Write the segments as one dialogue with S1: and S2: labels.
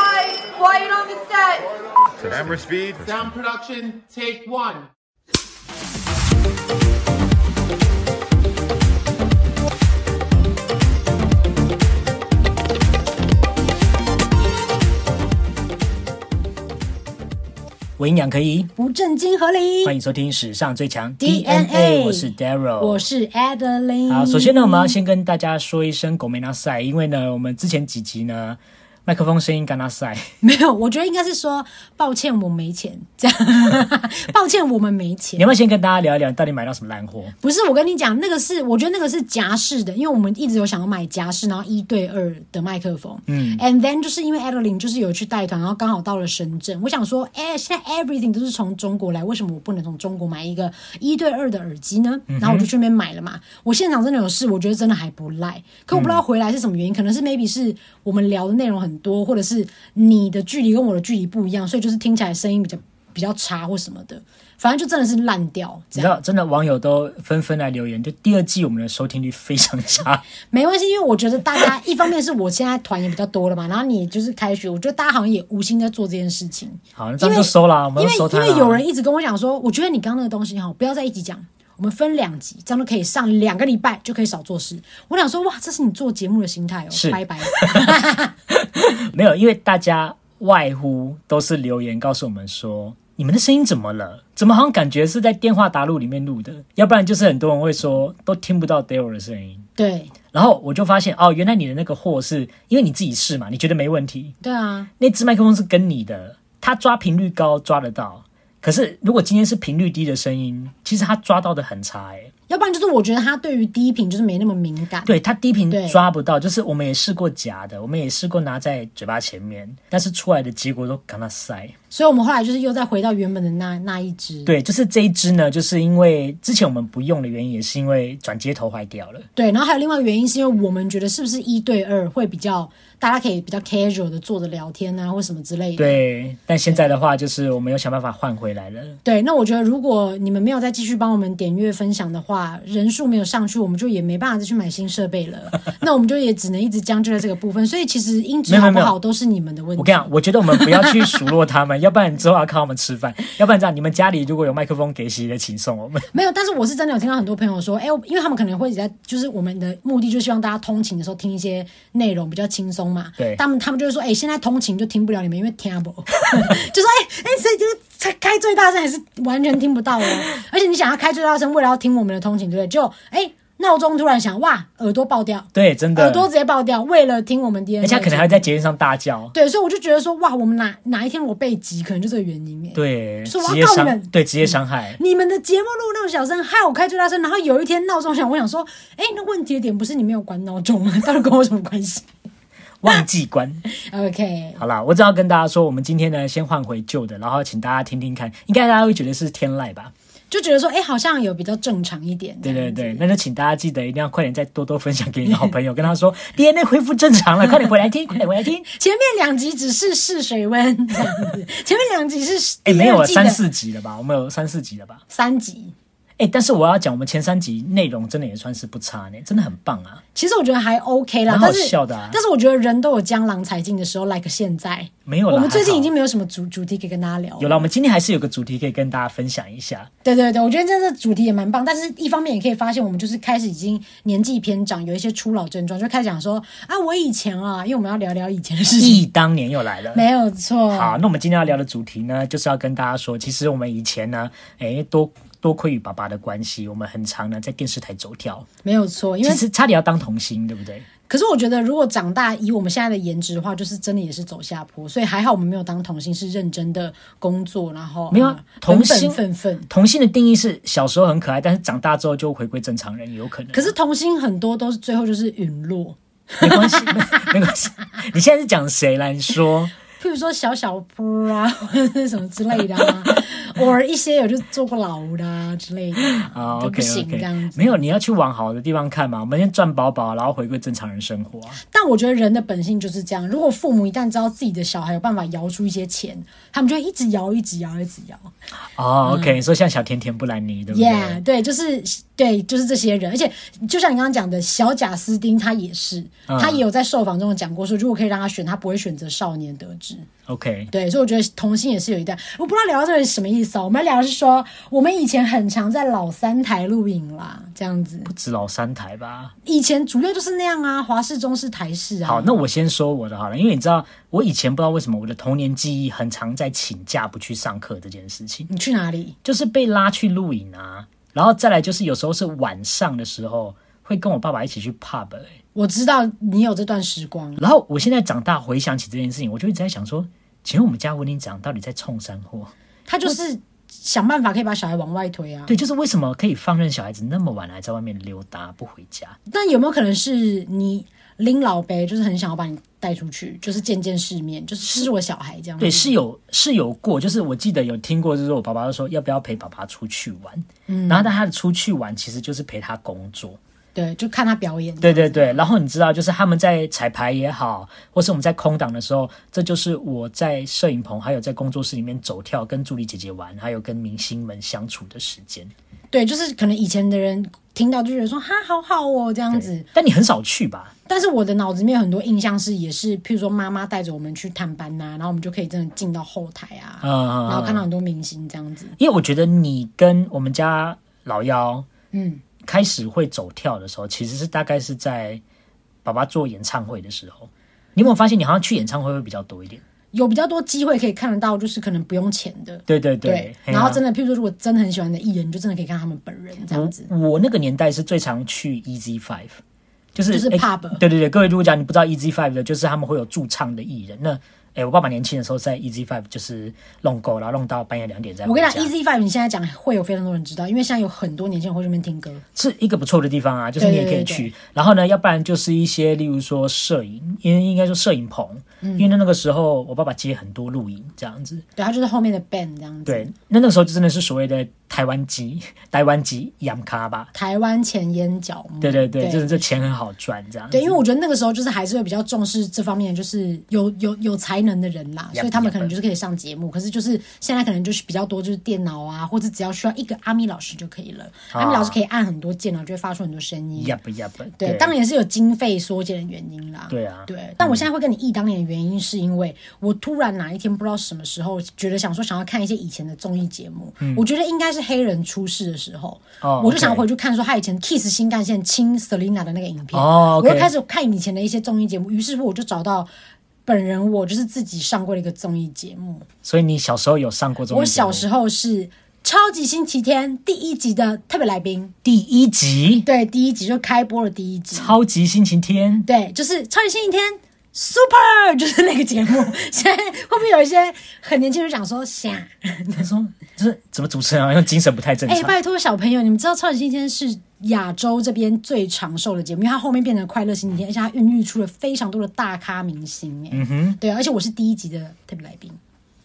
S1: Why you don't be set?
S2: Camera speed.
S3: Sound production, take one.
S4: 我营养可以，
S5: 不正经合理。
S4: 欢迎收听史上最强
S5: DNA
S4: 我是 Daryl，
S5: 我是 Adeline。
S4: 好，首先呢，我们要先跟大家说一声“狗没拿赛”，因为呢，我们之前几集呢，麦克风声音干拉赛，
S5: 没有，我觉得应该是说，抱歉，我没钱，这样， 抱歉，我们没
S4: 你要
S5: 钱。
S4: 不要先跟大家聊一聊，你到底买到什么烂货？
S5: 不是，我跟你讲，那个是，我觉得那个是夹式的，因为我们一直有想要买夹式，然后一对二的麦克风。嗯，and then 就是因为 Adeline 就是有去带团，然后刚好到了深圳，我想说，哎、现在 everything 都是从中国来，为什么我不能从中国买一个一对二的耳机呢？然后我就去那边买了嘛。我现场真的有试，我觉得真的还不赖，可我不知道回来是什么原因，可能是 maybe 是我们聊的内容很多，或者是你的距离跟我的距离不一样，所以就是听起来声音比较比较差或什么的，反正就真的是烂掉这
S4: 你
S5: 样
S4: 知。道，真的网友都纷纷来留言，就第二季我们的收听率非常差，
S5: 没关系，因为我觉得大家 一方面是我现在团也比较多了嘛，然后你就是开学，我觉得大家好像也无心在做这件事情。
S4: 好，那这样就收啦，我们
S5: 因
S4: 就
S5: 为
S4: 收它
S5: 因
S4: 啦
S5: 为有人一直跟我讲说，我觉得你刚刚那个东西哈，不要在一集讲，我们分两集，这样就可以上两个礼拜，就可以少做事。我想说，哇，这是你做节目的心态哦
S4: 是，
S5: 拜拜。
S4: 没有，因为大家外乎都是留言告诉我们说，你们的声音怎么了？怎么好像感觉是在电话答录里面录的？要不然就是很多人会说都听不到 Daryl 的声音。
S5: 对
S4: 然后我就发现哦，原来你的那个货是因为你自己试嘛，你觉得没问题，
S5: 对啊，
S4: 那只麦克风是跟你的，它抓频率高抓得到。可是如果今天是频率低的声音，其实它抓到的很差哎、
S5: 要不然就是我觉得他对于低频就是没那么敏感。
S4: 对，它低频
S5: 对
S4: 抓不到，就是我们也试过夹的，我们也试过拿在嘴巴前面，但是出来的结果都跟它塞。
S5: 所以我们后来就是又再回到原本的那那一只。
S4: 对，就是这一支呢，就是因为之前我们不用的原因，也是因为转接头坏掉了。
S5: 对，然后还有另外一个原因是因为我们觉得是不是一对二会比较大家可以比较 casual 的坐着聊天啊，或什么之类的。
S4: 对，但现在的话，就是我们有想办法换回来了。
S5: 对，那我觉得如果你们没有再继续帮我们点阅分享的话，人数没有上去，我们就也没办法再去买新设 备了。那我们就也只能一直将就在这个部分。所以其实音质
S4: 没有没
S5: 好
S4: 有
S5: 不
S4: 没有
S5: 好都是你们的问
S4: 我
S5: 题
S4: 跟你。讲，我觉得我们不要去数落他们，要不然之后要靠他们吃饭，要不然这样，你们家里如果有麦克风给洗的，请送我们。
S5: 没有，但是我是真的有听到很多朋友说，哎、我因为他们可能会在，就是我们的目的就希望大家通勤的时候听一些内容比较轻松嘛。
S4: 对
S5: 他们他们就会说，哎、现在通勤就听不了你们，因为听不， 就说，哎、哎，所以就是开最大声还是完全听不到哦。 而且你想要开最大声，为了要听我们的通勤，对不对？就哎。闹钟突然响，哇，耳朵爆掉，
S4: 对，真的
S5: 耳，朵直接爆掉，为了听我们 DNA，
S4: 人家可能还会在节目上大叫。
S5: 对，所以我就觉得说，哇，我们哪哪一天我被挤，可能就这个原因哎、
S4: 对，
S5: 说我要
S4: 职业
S5: 告你
S4: 伤
S5: 们，
S4: 对职业伤害。
S5: 你们的节目录那么小声，害我开最大声，然后有一天闹钟响，我想说，哎、那问题的点不是你没有关闹钟吗？到底跟我有什么关 系
S4: 忘记关。
S5: ？OK，
S4: 好啦，我只要跟大家说，我们今天呢先换回旧的，然后请大家听听看，应该大家会觉得是天籁吧？
S5: 就觉得说，哎、好像有比较正常一点。
S4: 对对对，那就请大家记得一定要快点再多多分享给你的好朋友，跟他说 DNA 恢复正常了，快点回来听，快点回来听。
S5: 前面两集只是试水温这样子，前面两集是
S4: 哎，没有啊
S5: 第 二季的
S4: 三四集了吧？我们有三四集了吧？
S5: 三集。
S4: 哎，但是我要讲，我们前三集内容真的也算是不差呢，真的很棒啊！
S5: 其实我觉得还 OK 啦，
S4: 蛮好
S5: 但是
S4: 笑的啊
S5: 但是我觉得人都有江郎才尽的时候，like 现在
S4: 没有啦
S5: 我们最近
S4: 还好
S5: 已经没有什么主主题可以跟大家聊。
S4: 有了，我们今天还是有个主题可以跟大家分享一下。
S5: 对对对，我觉得这个主题也蛮棒，但是一方面也可以发现，我们就是开始已经年纪偏长，有一些初老症状，就开始讲说啊，我以前啊，因为我们要聊聊以前的事情，
S4: 忆当年又来了。
S5: 没有错。
S4: 好，那我们今天要聊的主题呢，就是要跟大家说，其实我们以前呢，哎，多多亏与爸爸的关系，我们很常呢在电视台走跳，
S5: 没有错，因
S4: 其
S5: 为
S4: 实差点要当童星，对不对？
S5: 可是我觉得，如果长大以我们现在的颜值的话，就是真的也是走下坡，所以还好我们没有当童星，是认真的工作，然后
S4: 没有啊
S5: 呃
S4: 童星
S5: 本本分分。
S4: 童星的定义是小时候很可爱，但是长大之后就回归正常人，也有可能。
S5: 可是童星很多都是最后就是陨落，
S4: 没关系，没关系。你现在是讲谁来说？
S5: 譬如说小小坡啊， 或者是什么之类 的啊，或者一些有就做过老的啊之类的
S4: 啊
S5: 都不
S4: ，OK
S5: 行这
S4: OK，
S5: 样子。
S4: 没有，你要去往好的地方看嘛。我们先赚饱饱，然后回归正常人生活啊。
S5: 但我觉得人的本性就是这样，如果父母一旦知道自己的小孩有办法摇出一些钱，他们就会一直摇，一直摇，一直摇。
S4: 哦，OK，你说像小甜甜布兰妮，对不对
S5: 嗯 Yeah，对，就是对，就是这些人，而且就像你刚刚讲的，小贾斯汀他也是，
S4: 嗯
S5: 他也有在受访中讲过说，如果可以让他选，他不会选择少年得志。
S4: OK，
S5: 对，所以我觉得同性也是有一段，我不知道聊到这里是什么意思哦。我们聊的是说，我们以前很常在老三台露营啦，这样子，
S4: 不止老三台吧？
S5: 以前主要就是那样啊，华视、中视、台视啊。
S4: 好，那我先说我的好了，因为你知道，我以前不知道为什么我的童年记忆很常在请假不去上课这件事情，
S5: 你去哪里？
S4: 就是被拉去露营啊，然后再来就是有时候是晚上的时候会跟我爸爸一起去 pub，、欸、
S5: 我知道你有这段时光，
S4: 然后我现在长大回想起这件事情，我就一直在想说，请问我们家文林长到底在冲山货？
S5: 他就是想办法可以把小孩往外推啊。
S4: 对，就是为什么可以放任小孩子那么晚还在外面溜达不回家？
S5: 但有没有可能是你拎老杯，就是很想要把你带出去，就是见见世面，就是是我小孩这样子？
S4: 对，是有是有过，就是我记得有听过，就是我爸爸就说要不要陪爸爸出去玩，
S5: 嗯
S4: 然后但他的出去玩其实就是陪他工作。
S5: 对，就看他表演。
S4: 对对对，然后你知道，就是他们在彩排也好，或是我们在空档的时候，这就是我在摄影棚还有在工作室里面走跳，跟助理姐姐玩，还有跟明星们相处的时间。
S5: 对，就是可能以前的人听到就觉得说哈好好哦这样子，
S4: 但你很少去吧？
S5: 但是我的脑子里面很多印象是，也是譬如说妈妈带着我们去探班呐、然后我们就可以真的进到后台啊，
S4: 嗯
S5: 然后看到很多明星这样子。
S4: 因为我觉得你跟我们家老幺
S5: 嗯，
S4: 开始会走跳的时候，其实是大概是在爸爸做演唱会的时候。你有没有发现，你好像去演唱会会比较多一点？
S5: 有比较多机会可以看得到，就是可能不用钱的。
S4: 对对
S5: 对，
S4: 嘿
S5: 然
S4: 啊
S5: 后真的，譬如说，如果真的很喜欢的艺人，你就真的可以看他们本人这样子。
S4: 我我那个年代是最常去 Easy Five，就是
S5: 就是
S4: 诶
S5: pub
S4: 对对对，各位如果讲你不知道 Easy Five 的，就是他们会有驻唱的艺人。那诶，我爸爸年轻的时候在 Easy Five 就是弄够，然后弄到半夜两点再
S5: 我
S4: 回
S5: 跟
S4: 家。
S5: 你讲，Easy Five 你现在讲会有非常多人知道，因为现在有很多年轻人会去那边听歌。
S4: 是一个不错的地方啊，就是你也可以去。
S5: 对对
S4: 然后呢，要不然就是一些，例如说摄影，因为应该说摄影棚，
S5: 嗯
S4: 因为那个时候我爸爸接很多录影这样子。
S5: 对，他就是后面的 band 这样子。，
S4: 对，那那个时候就真的是所谓的台湾籍， 台湾籍养咖吧。
S5: 台湾前烟角木。
S4: 对对对，
S5: 嗯对
S4: 就是这钱很好赚这样子。
S5: 对，因为我觉得那个时候就是还是会比较重视这方面，就是有有有才能的人啦，
S4: Yep,
S5: 所以他们
S4: yep.
S5: 可能就是可以上节目。可是就是现在可能就是比较多就是电脑啊，或者只要需要一个阿咪老师就可以了。阿咪老
S4: 啊
S5: 师可以按很多键，然后就会发出很多声音。
S4: yep yep，
S5: 对，当然也是有经费缩减的原因啦。
S4: 对啊
S5: 对。但我现在会跟你忆当年的原因，是因为我突然哪一天不知道什么时候，觉得想说想要看一些以前的综艺节目，我觉得应该是黑人出事的时候，
S4: 嗯哦
S5: 我就想
S4: OK
S5: 回去看说他以前 Kiss 新干线亲 Selina 的那个影片，
S4: 哦，OK
S5: 我就开始看以前的一些综艺节目，于是乎我就找到。本人我就是自己上过的一个综艺节目，
S4: 所以你小时候有上过这种？
S5: 我小时候是《超级星期天》第一集的特别来宾，
S4: 第一集
S5: 对，第一集就开播的第一集。
S4: 《超级星期天》
S5: 对，就是《超级星期天》Super 就是那个节目。现在会不会有一些很年轻人讲说想？
S4: 他说就是怎么主持人好像精神不太正
S5: 哎、
S4: 常。
S5: 拜托小朋友，你们知道《超级星期天》是亚洲这边最长寿的节目，因为它后面变成《快乐星期天》，而且它孕育出了非常多的大咖明星、哎、嗯哼，对，而且我是第一集的特别来宾。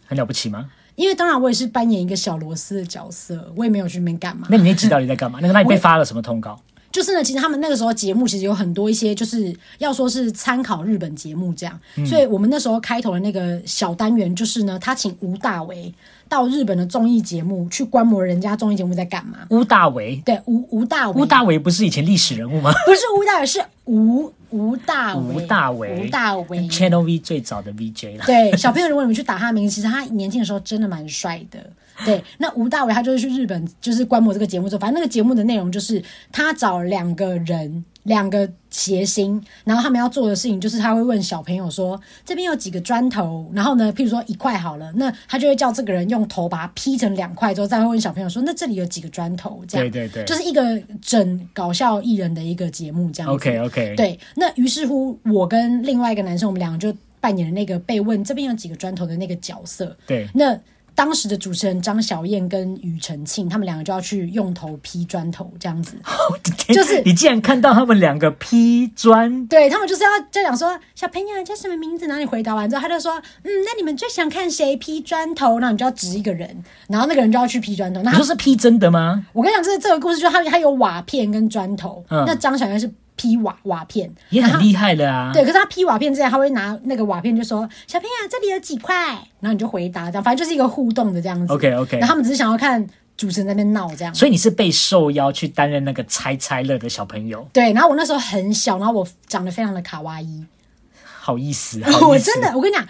S4: 很了不起吗？
S5: 因为当然，我也是扮演一个小螺丝的角色，我也没有去那边干嘛。
S4: 那你那集到底在干嘛？那个那你被发了什么通告？
S5: 就是呢，其实他们那个时候节目其实有很多一些，就是要说是参考日本节目这样，
S4: 嗯
S5: 所以我们那时候开头的那个小单元就是呢，他请吴大维到日本的综艺节目去观摩人家综艺节目在干嘛。
S4: 吴大维，
S5: 对，吴吴大维，
S4: 吴大维不是以前历史人物吗？
S5: 不是吴大维，是吴吴大维，
S4: 吴大维，
S5: 吴大维。
S4: ，Channel V 最早的 VJ 啦。
S5: 对，小朋友，如果你们去打他的名字，其实他年轻的时候真的蛮帅的。对，那吴大维他就是去日本，就是观摩这个节目之后，反正那个节目的内容就是他找两个人，两个谐星，然后他们要做的事情就是他会问小朋友说这边有几个砖头，然后呢，譬如说一块好了，那他就会叫这个人用头把它劈成两块之后，再会问小朋友说那这里有几个砖头，这样
S4: 对对对
S5: 就是一个整搞笑艺人的一个节目这样子。
S4: OK OK，，
S5: 对，那于是乎，我跟另外一个男生，我们两个就扮演了那个被问这边有几个砖头的那个角色。
S4: 对
S5: 那当时的主持人张小燕跟庾澄庆，他们两个就要去用头劈砖头这样子。 就是
S4: 你竟然看到他们两个劈砖，
S5: 对他们就是要就讲说小朋友叫什么名字，然后你回答完之后，他就说嗯，那你们最想看谁劈砖头？然后你就要指一个人，然后那个人就要去 劈砖头。那
S4: 你
S5: 他
S4: 说是劈真的吗？
S5: 我跟你讲，这这个故事就是他他有瓦片跟砖头，
S4: 嗯
S5: 那张小燕是劈瓦瓦片，
S4: 也
S5: 然
S4: 很
S5: 后
S4: 厉害的啊。
S5: 对，可是他劈瓦片之前，他会拿那个瓦片就说：“小朋友，这里有几块？”然后你就回答，这样反正就是一个互动的这样子。
S4: OK，OK
S5: 然后他们只是想要看主持人在那边闹这样。
S4: 所以你是被受邀去担任那个猜猜乐的小朋友，
S5: 对，然后我那时候很小，然后我长得非常的卡哇伊，
S4: 好意 思，好
S5: 我
S4: 意思
S5: 真的，我跟你讲，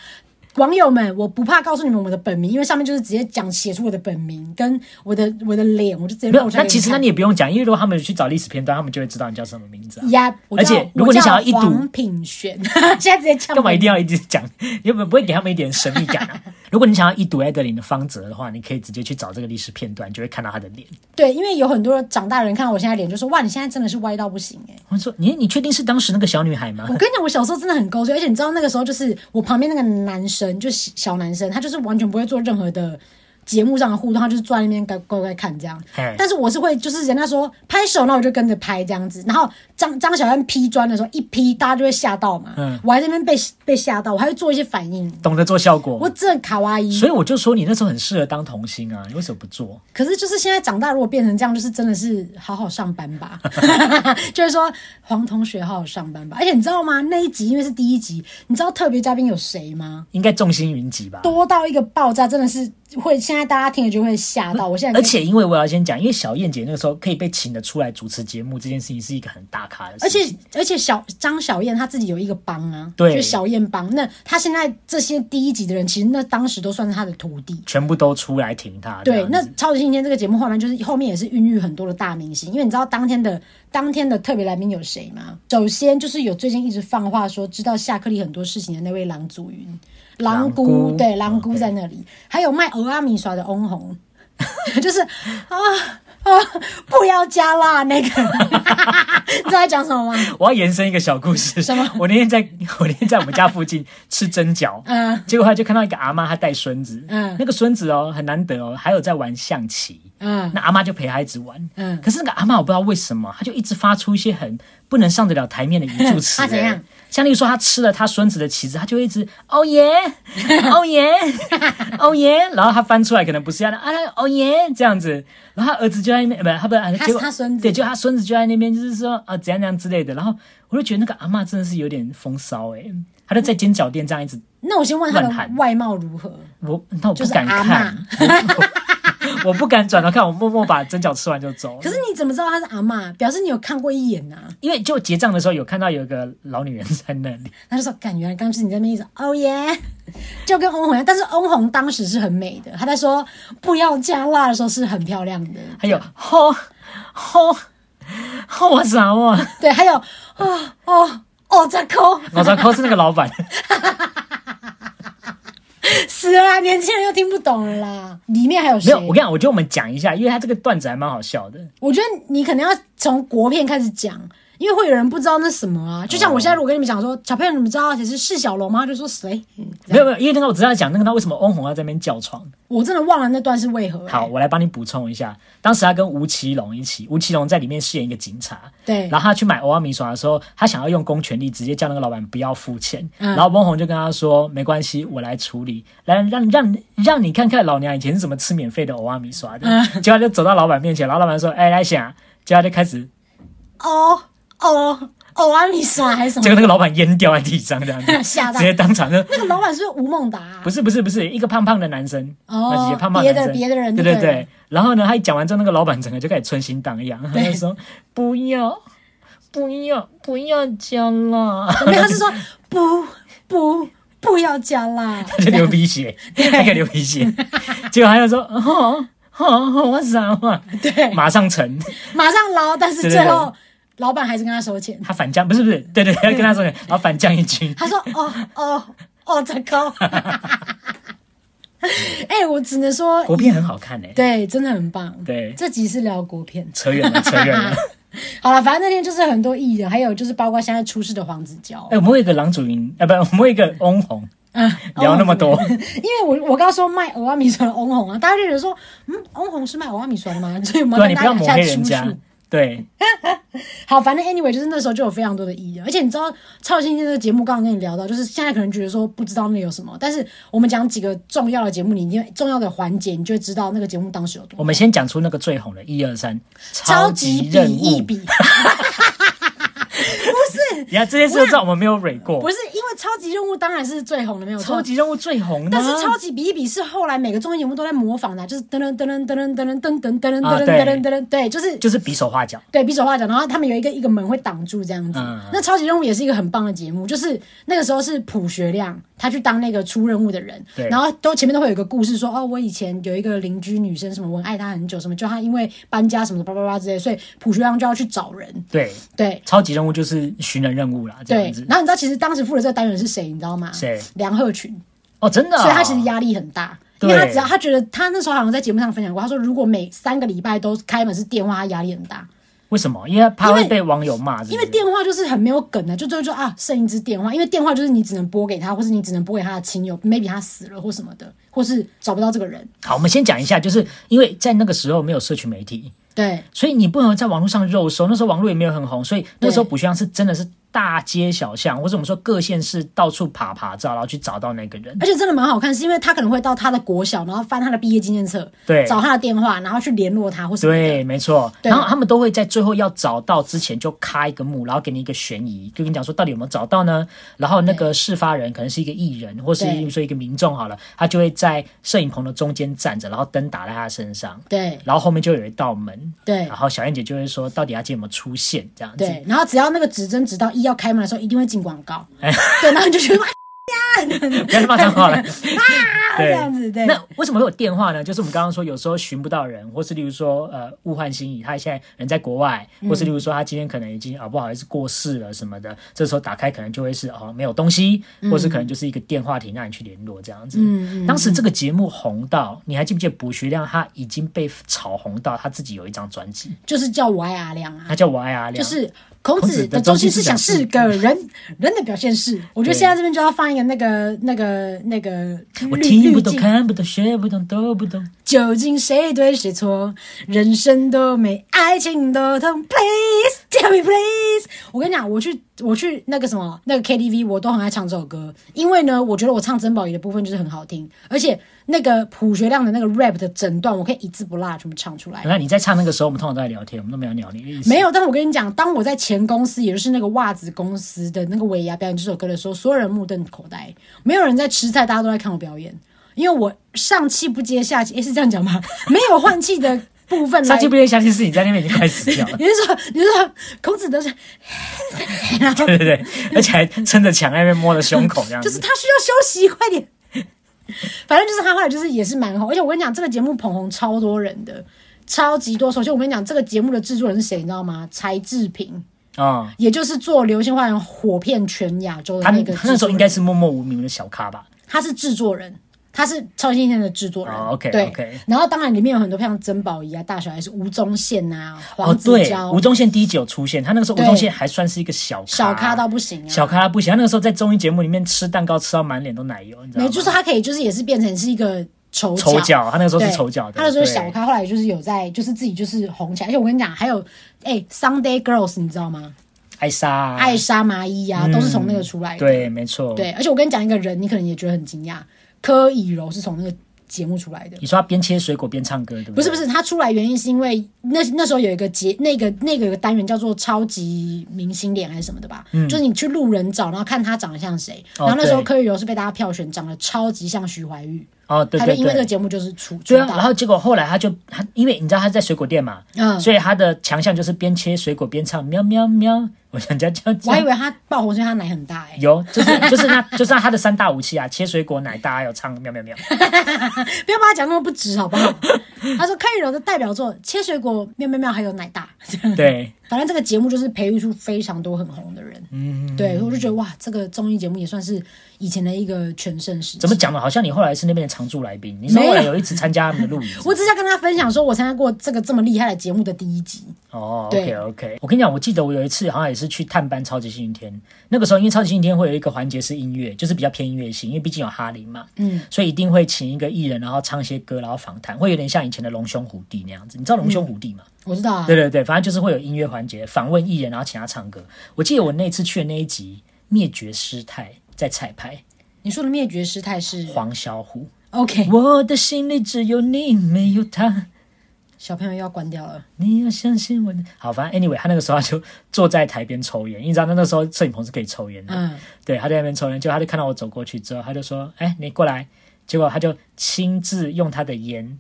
S5: 网友们，我不怕告诉你们我的本名，因为上面就是直接讲写出我的本名跟我的我的脸，我就直接
S4: 没
S5: 露
S4: 有。
S5: 出来
S4: 那
S5: 给
S4: 其实那
S5: 看
S4: 你也不用讲，因为如果他们去找历史片段，他们就会知道你叫什么名字、啊。
S5: 呀，我
S4: 而
S5: 叫
S4: 且如果你
S5: 我叫
S4: 想要一睹
S5: 黄品璇， 现在直接呛
S4: 干嘛一定
S5: 要？
S4: 要一直讲？ 你本不会给他们一点神秘感啊？如果你想要一睹艾德琳的方泽的话，你可以直接去找这个历史片段，就会看到他的脸。
S5: 对，因为有很多长大人看到我现在脸就说哇，你现在真的是歪到不行哎、欸
S4: 我说：“你你确定是当时那个小女孩吗
S5: 我跟你讲，我小时候真的很勾追，而且你知道那个时候就是我旁边那个男生，就是小男生，他就是完全不会做任何的节目上的互动，他就是坐在那边乖乖乖看这样
S4: 嘿。
S5: 但是我是会，就是人家说拍手，那我就跟着拍这样子。然后张张小燕劈砖的时候一劈，大家就会吓到嘛。
S4: 嗯
S5: 我还在那边被被吓到，我还会做一些反应？”。
S4: 懂得做效果
S5: 我，真的卡哇伊
S4: 所，以我就说你那时候很适合当童星啊，你为什么不做？
S5: 可是就是现在长大，如果变成这样，就是真的是好好上班 吧。就是说黄同学好好上班吧。而且你知道吗？那一集因为是第一集，你知道特别嘉宾有谁吗？
S4: 应该众星云集吧。
S5: 多到一个爆炸，真的是会现在大家听了就会吓到。我现在
S4: 而
S5: 就
S4: 且因为我要先讲，因为小燕姐那个时候可以被请得出来主持节目，这件事情是一个很大咖的
S5: 而
S4: 事情。
S5: 且而且小张小燕她自己有一个帮啊，
S4: 对
S5: 就小燕帮。那她现在这些第一集的人，其实那当时都算是她的徒弟。
S4: 全部都出来挺她。啊这
S5: 对，
S4: 样
S5: 那
S4: 子
S5: 《超级星期天》这个节目后面就是后面也是孕育很多的大明星，因为你知道当天的当天的特别来宾有谁吗？首先就是有最近一直放话说知道夏克立很多事情的那位郎祖云，郎
S4: 郎
S5: 姑
S4: 姑
S5: 对郎姑
S4: OK
S5: 在那里，还有卖俄阿米耍的 翁虹，就是啊啊不要加辣那 个，你知道在讲什么吗？
S4: 我要延伸一个小故事。
S5: 什么？
S4: 我那天在 我那天在我们家附近吃蒸饺，
S5: 嗯
S4: 结果他就看到一个阿妈，她带孙子，
S5: 嗯
S4: 那个孙子哦很难得哦，还有在玩象棋。
S5: 嗯
S4: 那阿妈就陪他一直玩，
S5: 嗯
S4: 可是那个阿妈我不知道为什么，她就一直发出一些很不能上得了台面的语助 词。
S5: 啊她怎样？
S4: 像例如说，她吃了她孙子的棋子，她就会一 直哦耶，哦耶，哦耶，然后她翻出来可能不是要的啊，哦耶这样子，然后她儿子就在那边，呃不，她不是，
S5: 她
S4: 结果
S5: 她孙子
S4: 对，就她孙子就在那边，就是说啊怎样怎样之类的，然后我就觉得那个阿妈真的是有点风骚诶、她就在煎饺店这样一直，
S5: 那我先问他的
S4: 乱喊
S5: 外貌如何？
S4: 我那我
S5: 就
S4: 不
S5: 是
S4: 敢
S5: 阿
S4: 看， 我我我不敢转头看，我默默把蒸饺吃完就 走了。
S5: 可是你怎么知道他是阿嬷？表示你有看过一眼呐、啊。
S4: 因为就结账的时候有看到有一个老女人在那里，
S5: 他就说：“感原来刚刚是你在那边一直哦耶， 就跟翁虹一样。但是翁虹当时是很美的，她在说不要加辣的时候是很漂亮 的。
S4: 还 有吼吼吼我啥我，
S5: 对，还有啊哦哦在抠，
S4: 我操，扣是那个老板，
S5: 死了啦，年轻人又听不懂了啦。里面还有
S4: 没
S5: 谁？
S4: 有，我跟你讲，我觉得我们讲一下，因为他这个段子还蛮好笑的。
S5: 我觉得你可能要从国片开始讲，因为会有人不知道那什么
S4: 哦
S5: 啊。就像我现在如果跟你们讲说，小朋友你们知道谁是释小龙吗？他就说谁？嗯这
S4: 没
S5: 样
S4: 有没有，因为那个我只要讲那个他为什么翁虹要在那边叫床。
S5: 我真的忘了那段是为何、欸。
S4: 好，，我来帮你补充一下，当时他跟吴奇隆一起，吴奇隆在里面饰演一个警察，
S5: 对
S4: 然后他去买欧阿米耍的时候，他想要用公权力直接叫那个老板不要付钱，
S5: 嗯
S4: 然后翁虹就跟他说：“没关系，我来处理，来让让让你看看老娘以前是怎么吃免费的欧阿米耍的。
S5: 嗯
S4: 结果他就走到老板面前，然后老板说：“哎，来想。”结果他就开始，
S5: 哦哦哦，阿米莎还是什么
S4: 结？果那个老板淹掉在地上，这样子
S5: 吓到
S4: 直接当场就。
S5: 那个老板是不是吴孟达、啊？
S4: 不是不是不是，一个胖胖的男生，
S5: 哦
S4: 那几个胖胖的男生，
S5: 别的别的人就
S4: 对
S5: 对了
S4: 对。然后呢，他一讲完之后，那个老板整个就开始春心荡漾，他就说：“不要，不要，不要加 了。”
S5: 没有，他是说不不不要加辣。
S4: 他就流鼻血， 他给流鼻血，结果他就说：“哦哦，我傻了。”
S5: 对，
S4: 马上成，
S5: 马上捞，但是
S4: 对对
S5: 最后老板还是跟他收钱。
S4: 他反将不是不是，对对，要跟他说，然后反将一军。
S5: 他说：“哦哦哦，糟糕！” 哎、我只能说，
S4: 国片很好看诶、
S5: 对，真的很棒。
S4: 对
S5: 这集是聊国片。
S4: 扯远了，扯远 了。
S5: 好了，反正那天就是很多艺人，还有就是包括现在出事的黄子佼
S4: 哎、。我们会有一个郎祖云，啊，不，我们会有一个翁虹，
S5: 嗯，
S4: 哎聊那么多，
S5: 因为我我刚刚说卖欧阿米索的翁虹啊，大家就觉得说，嗯，翁虹是卖欧阿米索的吗？所以麻
S4: 对啊，
S5: 烦
S4: 你不
S5: 大家
S4: 要
S5: 一
S4: 抹
S5: 下
S4: 黑
S5: 出
S4: 人
S5: 处
S4: 家。。对，
S5: 好，反正 anyway，就是那时候就有非常多的艺人，而且你知道《超新星》这个节目，刚刚跟你聊到，就是现在可能觉得说不知道那有什么，但是我们讲几个重要的节目，你一定重要的环节，你就会知道那个节目当时有多
S4: 我们先讲出那个最红的，一二三，
S5: 超
S4: 级
S5: 级
S4: 任
S5: 比一
S4: 务。
S5: 比，
S4: 你看这件事就知道我们没有蕊过
S5: 不。是因为《超级任务当然是最红的，没有错
S4: 超。级任务最红的
S5: 但
S4: 啊，
S5: 是超级比一比是后来每个综艺节目都在模仿的啊，就是噔噔噔噔噔噔噔噔噔噔噔
S4: 啊
S5: 噔
S4: 对
S5: 噔噔噔，对，就是
S4: 就是比手画脚。
S5: 对比手画脚，然后他们有一个一个门会挡住这样子。
S4: 嗯
S5: 那超级任务也是一个很棒的节目，就是那个时候是朴学亮他去当那个出任务的人
S4: 对，
S5: 然后都前面都会有一个故事说哦，我以前有一个邻居女生什么，我很爱她很久什么，就她因为搬家什么的叭叭叭之类，所以朴学亮就要去找人，
S4: 对，
S5: 对。
S4: 超级任务就是寻人任务啦，这
S5: 对
S4: 样，子
S5: 然。后你知道其实当时负责这个单元是谁，你知道吗？
S4: 谁
S5: 梁鹤群。
S4: 哦，真的哦、
S5: 所以他其实压力很大，因
S4: 对
S5: 为他只要他觉得他那时候好像在节目上分享过，他说如果每三个礼拜都开门是电话，他压力很大，
S4: 为什么？因为怕
S5: 因为
S4: 会被网友骂，是不是
S5: 因为电话就是很没有梗的，就最后就啊剩一支电话，因为电话就是你只能拨给他，或是你只能拨给他的亲友，maybe 他死了或什么的，或是找不到这个人，
S4: 好，我们先讲一下，就是因为在那个时候没有社群媒体，
S5: 对
S4: 所以你不能在网络上肉搜。那时候网络也没有很红，所以那时候
S5: 对
S4: 补习班是真的是大街小巷，或者我们说各县市到处爬爬照，然后去找到那个人。
S5: 而且真的蛮好看，是因为他可能会到他的国小，然后翻他的毕业纪念册，
S4: 对
S5: 找他的电话，然后去联络他或什么的。
S4: 对，没错。
S5: 对
S4: 然后他们都会在最后要找到之前就开一个幕，然后给你一个悬疑，就跟你讲说到底有没有找到呢？然后那个事发人可能是一个艺人，或是
S5: 对
S4: 比如说一个民众好了，他就会在摄影棚的中间站着，然后灯打在他身上，
S5: 对
S4: 然后后面就有一道门，
S5: 对
S4: 然后小燕姐就会说到底他今天有没有出现这样子。
S5: 对，然后只要那个指针指到一要开门的时候，一定会进广 告。对，然后你就觉得哇
S4: 不要骂脏话 了。
S5: 这样子对
S4: 那为什么会有电话呢？就是我们刚刚说，有时候寻不到人，或是例如说，呃，物换星移，他现在人在国外，
S5: 嗯
S4: 或是例如说他今天可能已经啊、不好意思过世了什么的，这时候打开可能就会是哦没有东西，或是可能就是一个电话亭让你去联络这样子。
S5: 嗯
S4: 当时这个节目红到，你还记不记得卜学亮他已经被炒红到他自己有一张专辑，
S5: 就是叫我爱阿亮啊。
S4: 他叫我爱阿亮，
S5: 嗯就是孔
S4: 孔子
S5: 子
S4: 的
S5: 的
S4: 中
S5: 中
S4: 心思
S5: 心思
S4: 想
S5: 想
S4: 是
S5: 是个人， 人的表现是，我觉得
S4: 对
S5: 现在这边就要放一个那个那个那个
S4: 我
S5: 滤
S4: 听不
S5: 滤
S4: 懂、
S5: 镜，
S4: 看不懂、学不懂、都不懂。
S5: 究竟谁对谁错？人生多美，爱情多痛，Please tell me please。我跟你讲，我去我去那个什么那个 KTV，我都很爱唱这首歌，因为呢，我觉得我唱曾宝仪的部分就是很好听，而且那个朴学亮的那个 rap 的整段，我可以一字不落全部唱出来。
S4: 那你在唱那个时候，我们通常都在聊天，我们都没有鸟你的意思。
S5: 哎没有，但我跟你讲，当我在前公司，也就是那个袜子公司的那个尾牙表演这首歌的时候，所有人目瞪口呆，没有人在吃菜，大家都在看我表演，因为我上气不接下气，诶，是这样讲吗？没有换气的部分来，，
S4: 上气不接下气是你在那边已经快死掉了
S5: 你是说你是说孔子都是，然后
S4: 对对对， 而且还撑着墙在那边摸着胸口这样
S5: 就是
S4: 子。
S5: 他需要休息，快点。反正就是他后来就是也是蛮红，而且我跟你讲，这个节目捧红超多人的，超级多。首先我跟你讲，这个节目的制作人是谁，你知道吗？柴智屏。
S4: 啊、
S5: 也就是做《流星花园》火遍全亚洲的
S4: 他
S5: 那个制作人
S4: 他那时候应该是默默无名的小咖吧？
S5: 他是制作人，他是超新星的制作人。
S4: 哦，OK，
S5: 对
S4: OK
S5: 然后当然里面有很多像曾宝仪啊、大小 S、吴宗宪啊、
S4: 哦，
S5: 黄子
S4: 对，
S5: 佼、
S4: 吴宗宪第一集有出现，他那个时候吴
S5: 对
S4: 宗宪还算是一个小咖，
S5: 小咖到不行啊。
S4: 小咖到不行。他那个时候在综艺节目里面吃蛋糕吃到满脸都奶油，你知道
S5: 没，
S4: 吗？
S5: 就是他可以，就是也是变成是一个丑
S4: 丑角，他那个时候
S5: 对，
S4: 是丑角的，
S5: 他那时候是小
S4: 对。
S5: 咖，后来就是有在，就是自己就是红起来。而且我跟你讲，还有哎、Sunday Girls，你知道吗？
S4: 艾莎啊，嗯
S5: 艾莎麻衣啊，都是从那个出来的。
S4: 对，没错。，
S5: 对，而且我跟你讲一个人，你可能也觉得很惊讶，柯以柔是从那个节目出来的。
S4: 你说他边切水果边唱歌，对不对？
S5: 不是不，是，他出来原因是因为那那时候有一个节，那个那个有个单元叫做“超级明星脸”还是什么的吧，就是你去路人找，然后看他长得像谁。
S4: 嗯哦
S5: 然后那时候
S4: 对
S5: 柯宇柔是被大家票选长得超级像徐怀钰，
S4: 哦，对
S5: 他
S4: 对
S5: 就因为这个
S4: 对。
S5: 节目就是出出
S4: 对啊，然
S5: 道。
S4: 后结果后来他就他，因为你知道他在水果店嘛，
S5: 嗯，
S4: 所以他的强项就是边切水果边唱喵喵喵，我想叫叫
S5: 我还以
S4: 叫。
S5: 为他爆红是因为他奶很大哎、
S4: 有，就是就是那，就是他的三大武器啊，切水果、奶大，还有唱喵喵喵。
S5: 不要把他讲那么不值好不好？他说柯宇柔的代表作《切水果》《喵喵喵》还有奶大。
S4: 对，
S5: 反正这个节目就是培育出非常多很红的人，嗯，对，我就觉得哇，这个综艺节目也算是以前的一个全盛时期。
S4: 怎么讲呢？好像你后来是那边的常驻来宾，你是后来有一次参加他们的录影。
S5: 我只是要跟大家分享说，我参加过这个这么厉害的节目的第一集。
S4: 哦，OK
S5: 对
S4: OK，我跟你讲，我记得我有一次好像也是去探班超级星期天，那个时候因为超级星期天会有一个环节是音乐，就是比较偏音乐性，因为毕竟有哈林嘛，嗯，所以一定会请一个艺人，然后唱一些歌，然后访谈，会有点像以前的龙兄虎弟那样子。你知道龙兄虎弟吗？
S5: 我知道啊，
S4: 对对对，反正就是会有音乐环节，访问艺人，然后请他唱歌。我记得我那次去的那一集《灭绝师太》在彩排，
S5: 你说的灭绝师太是
S4: 黄小琥。
S5: OK，
S4: 我的心里只有你，没有他。
S5: 小朋友又要关掉了。
S4: 你要相信我的。好，反正 anyway，他那个时候他就坐在台边抽烟，因为你知道他那时候摄影棚是可以抽烟的。
S5: 嗯，
S4: 对，他在那边抽烟，结果他就看到我走过去之后，他就说：“哎、你过来。”结果他就亲自用他的烟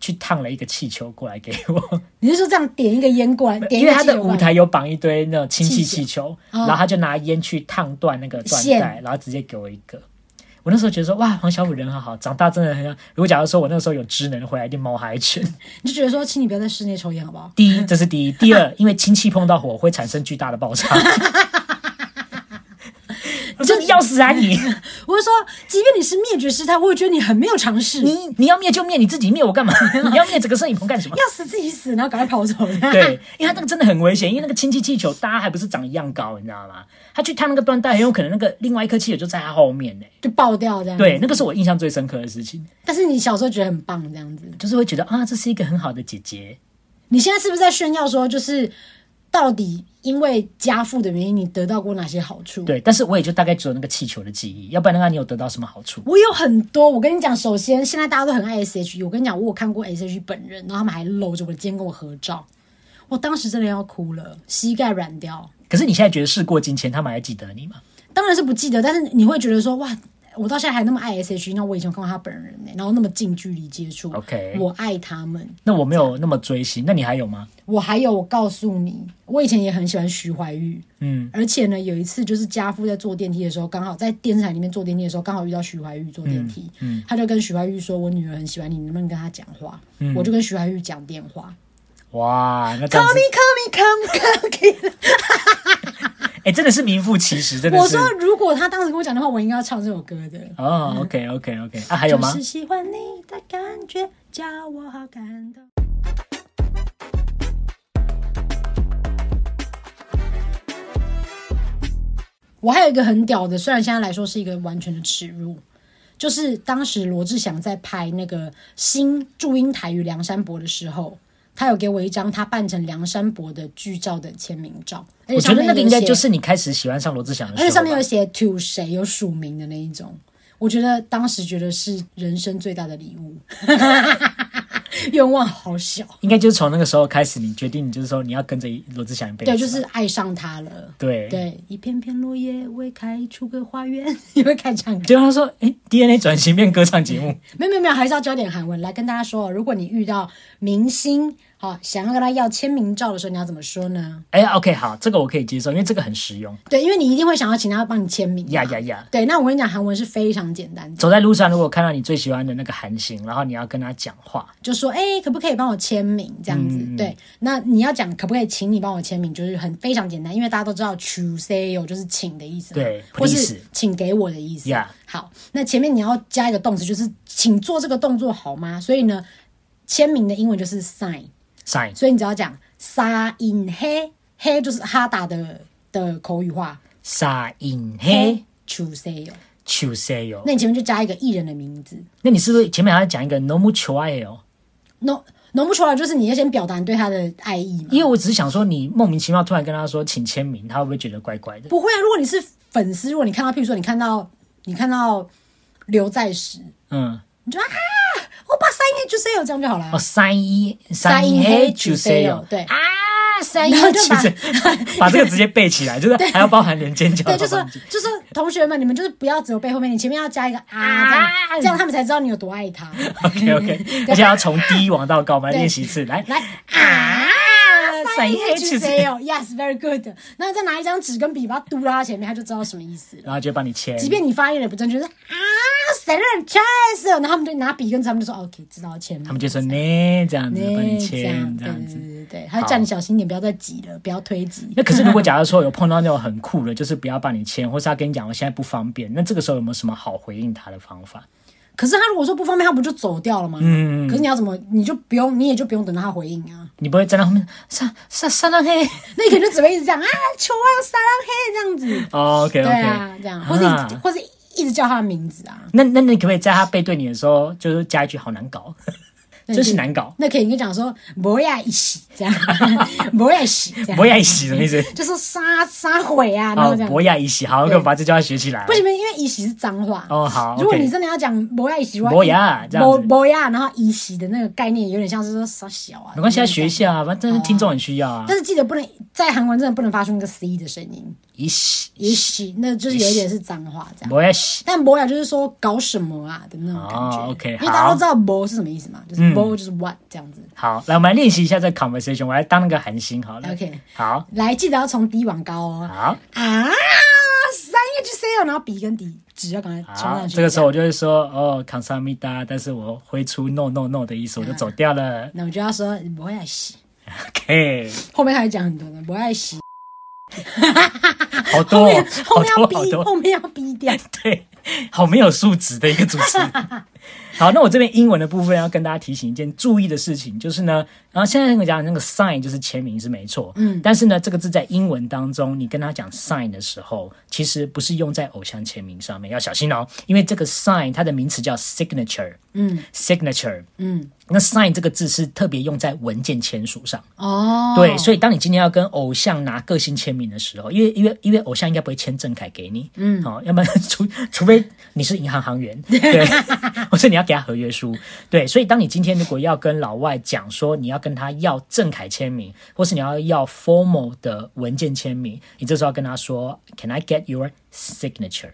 S4: 去烫了一个气球过来给我，
S5: 你是说这样点一个烟过来，点一
S4: 因
S5: 个
S4: 为他
S5: 气
S4: 的
S5: 球过
S4: 舞
S5: 来
S4: 台有绑一堆那种氢气
S5: 气球
S4: 气球，
S5: 哦
S4: 然后他就拿烟去烫断那个缎带，
S5: 线
S4: 然后直接给我一个。我那时候觉得说，哇，黄小虎人很好，长大真的很好。如果假如说我那时候有职能回来，一定猫他一拳。
S5: 你就觉得说，请你不要在室内抽烟，好不好？
S4: 第一，这是第一；第二，因为氢气碰到火会产生巨大的爆炸。我说你要死啊你！
S5: 我是说，即便你是灭绝师太，我也觉得你很没有尝试，
S4: 你你要灭就灭，你自己灭我干嘛？你要灭整个摄影棚干什么？
S5: 要死自己死，然后赶快跑走。
S4: 对，因为它那个真的很危险，因为那个氢气气球大家还不是长一样高，你知道吗？他去探那个缎带，很有可能那个另外一颗气球就在他后面呢、
S5: 就爆掉这样。，
S4: 对，那个是我印象最深刻的事情，
S5: 但是你小时候觉得很棒这样子，
S4: 就是会觉得啊，这是一个很好的姐姐。
S5: 你现在是不是在炫耀说，就是到底因为家父的原因，你得到过哪些好处？，
S4: 对，但是我也就大概只有那个气球的记忆，要不然的话你有得到什么好处？
S5: 我有很多。我跟你讲，首先现在大家都很爱 S.H.E，我跟你讲，我有看过 S.H.E 本人，然后他们还搂着我的肩跟我合照，我当时真的要哭了，膝盖软掉。
S4: 可是你现在觉得事过境迁，他们还记得你吗？
S5: 当然是不记得，但是你会觉得说，哇，我到现在还那么爱 S.H.E，那我以前有看过他本人呢、然后那么近距离接触
S4: OK
S5: 我爱他们。
S4: 那我没
S5: 啊
S4: 有那么追星，那你还有吗？
S5: 我还有，我告诉你，我以前也很喜欢徐怀钰，
S4: 嗯，
S5: 而且呢，有一次就是家父在坐电梯的时候，刚好在电视台里面坐电梯的时候，刚好遇到徐怀钰坐电梯，
S4: 嗯
S5: 他就跟徐怀钰说：“我女儿很喜欢你，你能不能跟她讲话？”
S4: 嗯
S5: 我就跟徐怀钰讲电话
S4: 哇，那这样
S5: ，Come
S4: 子，
S5: in, come in, come, come in。
S4: 哎、真的是名副其实，真的
S5: 我
S4: 是
S5: 说，。如果他当时跟我讲的话，我应该要唱这首歌的。
S4: 哦，OK OK OK，啊，还有
S5: 就
S4: 吗？
S5: 是喜欢你的感觉，叫我好感动。我还有一个很屌的，虽然现在来说是一个完全的耻辱，就是当时罗志祥在拍那个新祝英台与梁山伯的时候，他有给我一张他扮成梁山伯的剧照的签名照，而且
S4: 我觉
S5: 上
S4: 得
S5: 面
S4: 那个应该
S5: 有写
S4: 就是你开始喜欢上罗志祥的时
S5: 而
S4: 候吧，
S5: 且上面有写 to 谁有署名的那一种，我觉得当时觉得是人生最大的礼物， 愿望好小。
S4: 应该就是从那个时候开始，你决定就是说你要跟着罗志祥一辈子吧。
S5: 对，就是爱上他了。
S4: 对。
S5: 对，一片片落叶未开出个花园， 你会看唱歌？
S4: 结果他说：“哎、d n a 转型变歌唱节 目，
S5: 没有没有没有，还是要教点韩文来跟大家说哦。如果你遇到明星，好、想要跟他要签名照的时候，你要怎么说呢？
S4: 哎、o k 好，这个我可以接受，因为这个很实用。
S5: 对，因为你一定会想要请他帮你签名嘛。
S4: 呀呀呀！
S5: 对，那我跟你讲，韩文是非常简单的。
S4: 走在路上，如果看到你最喜欢的那个韩星，然后你要跟他讲话，
S5: 就说：“哎、可不可以帮我签名？”这样子，对。那你要讲可不可以请你帮我签名，就是很非常简单，因为大家都知道 “to say” 有就是请的意思嘛，
S4: 对
S5: 或是
S4: please
S5: 请给我的意思。
S4: Yeah
S5: 好，那前面你要加一个动词，就是请做这个动作好吗？所以呢，签名的英文就是 sign，
S4: sign
S5: 所以你只要讲 “sign 嘿嘿”，就是哈达的的口语化
S4: sign
S5: 嗯
S4: 嘿
S5: “to say” 哦。
S4: c h u s e y o
S5: 那你前面就加一个艺人的名字。
S4: 那你是不是前面还要讲一个 no mu c h u a o
S5: 浓浓不出来，就是你要先表达你对他的爱意嘛。
S4: 因为我只是想说，你莫名其妙突然跟他说请签名，他会不会觉得怪怪的？
S5: 不会啊，如果你是粉丝，如果你看到，譬如说你看到你看到刘在石，
S4: 嗯，
S5: 你就啊，我把三叶就 say 有这样就好了啊
S4: 哦，。三一
S5: 三
S4: 三
S5: 一
S4: 一
S5: 黑
S4: 黑
S5: to
S4: to
S5: say
S4: say
S5: 哦对
S4: 啊，三一
S5: 然后就
S4: to
S5: 把
S4: say，把这个直接背起来，就是还要包含连 尖叫
S5: 对，
S4: 的
S5: 就
S4: 包
S5: 是
S4: 含进去，
S5: 就是同学们，你们就是不要只有背后面，你前面要加一个啊，
S4: 啊
S5: 这样这样他们才知道你有多 爱他。
S4: OK OK，而且要从低往到高，我们来
S5: 对
S4: 练习一次，来
S5: 来啊，
S4: 三一黑
S5: to
S4: to
S5: say
S4: say，
S5: 哦，yes，very good。那再拿一张纸跟笔把它嘟到他前面，他就知道什么意思了。
S4: 然后就帮你签。
S5: 即便你发音也不正确，就是啊，谁让 chance？然后他们就拿笔跟他们就说 OK，知道签了。
S4: 他们就说呢这样子帮你
S5: 这
S4: 签
S5: 样
S4: 这
S5: 对
S4: 样
S5: 对
S4: 子。
S5: 对对对，还有叫你小心点，不要再挤了，不要推挤。
S4: 那可是，如果假如说有碰到那种很酷的， 就是不要帮你签，或是他跟你讲我现在不方便，那这个时候有没有什么好回应他的方法？
S5: 可是他如果说不方便，他不就走掉了吗？嗯。可是你要怎么，你就不用，你也就不用等到他回应啊。
S4: 你不会站在后面三三三浪 黑
S5: 那你可能就只会一直这样啊，球啊，撒浪嘿这样子。
S4: ？OK
S5: 对
S4: OK，
S5: 啊，这样，或者、或者一直叫他的名字啊。
S4: 那那你可不可以在他背对你的时候，就是加一句“好难搞真是难搞。
S5: 那可以跟讲说不要一起这样，不要一起这样，
S4: 博雅啊一喜什么意 思？
S5: 就是杀杀毁啊，然
S4: 哦
S5: 后这，样。
S4: 博雅一喜，好，
S5: 对
S4: 那我把这句话学起来
S5: 不。行不行，因为一席是脏话。
S4: 哦好
S5: 如果
S4: OK
S5: 你真的要讲博亚一席的话，
S4: 博雅这样子
S5: 博博亚，然后一席的那个概念有点像是说傻小啊。
S4: 没关系，啊，学一下啊，反正听众很需要啊
S5: 哦但。是记得不能在韩文真的不能发出那个 c 的声音，
S4: 一喜，
S5: 一席那就是有一点是脏话这样。
S4: 博雅喜，
S5: 但博雅就是说搞什么啊的那种感觉。
S4: 哦，OK，
S5: 因为大家
S4: 好嗯
S5: 都知道博是什么意思嘛，就是博就是 what 这样子。
S4: 好，来我们来练习一下这个 conversation，我来当那个韩星好了。
S5: OK
S4: 好，
S5: 来，记得要从低往高哦。
S4: 好，
S5: 啊，三个 G C 哦，然后鼻跟底只要赶快冲
S4: 好，
S5: 上去。
S4: 这个时候我就会说哦康 o 米达，但是我挥出 no no no 的意思，我
S5: 啊
S4: 就走掉了。
S5: 那我就要说博雅西，
S4: OK，
S5: 后面还有讲很多的博雅西。
S4: 好
S5: 后
S4: 多
S5: 面
S4: 哦，
S5: 后
S4: 好
S5: 面要
S4: 多好
S5: 逼，
S4: 多，
S5: 后面要逼掉。
S4: 对，好没有素质的一个主持 人。好，那我这边英文的部分要跟大家提醒一件注意的事情，就是呢，然后现在我讲那个 sign 就是签名是没错，嗯，但是呢，这个字在英文当中，你跟他讲 sign 的时候，其实不是用在偶像签名上面，要小心哦，因为这个 sign 它的名词叫 signature，嗯，signature，嗯，那 sign 这个字是特别用在文件签署上，
S5: 哦，
S4: 对，所以当你今天要跟偶像拿个性签名的时候，因为因为因为偶像应该不会签正楷给你，嗯，好、要不然除除非你是银行行员， 对，或是你要给他合约书，对，所以当你今天如果要跟老外讲说你要跟他要正楷签名，或是你要要 formal 的文件签名，你这时候要跟他说，Can I get your signature？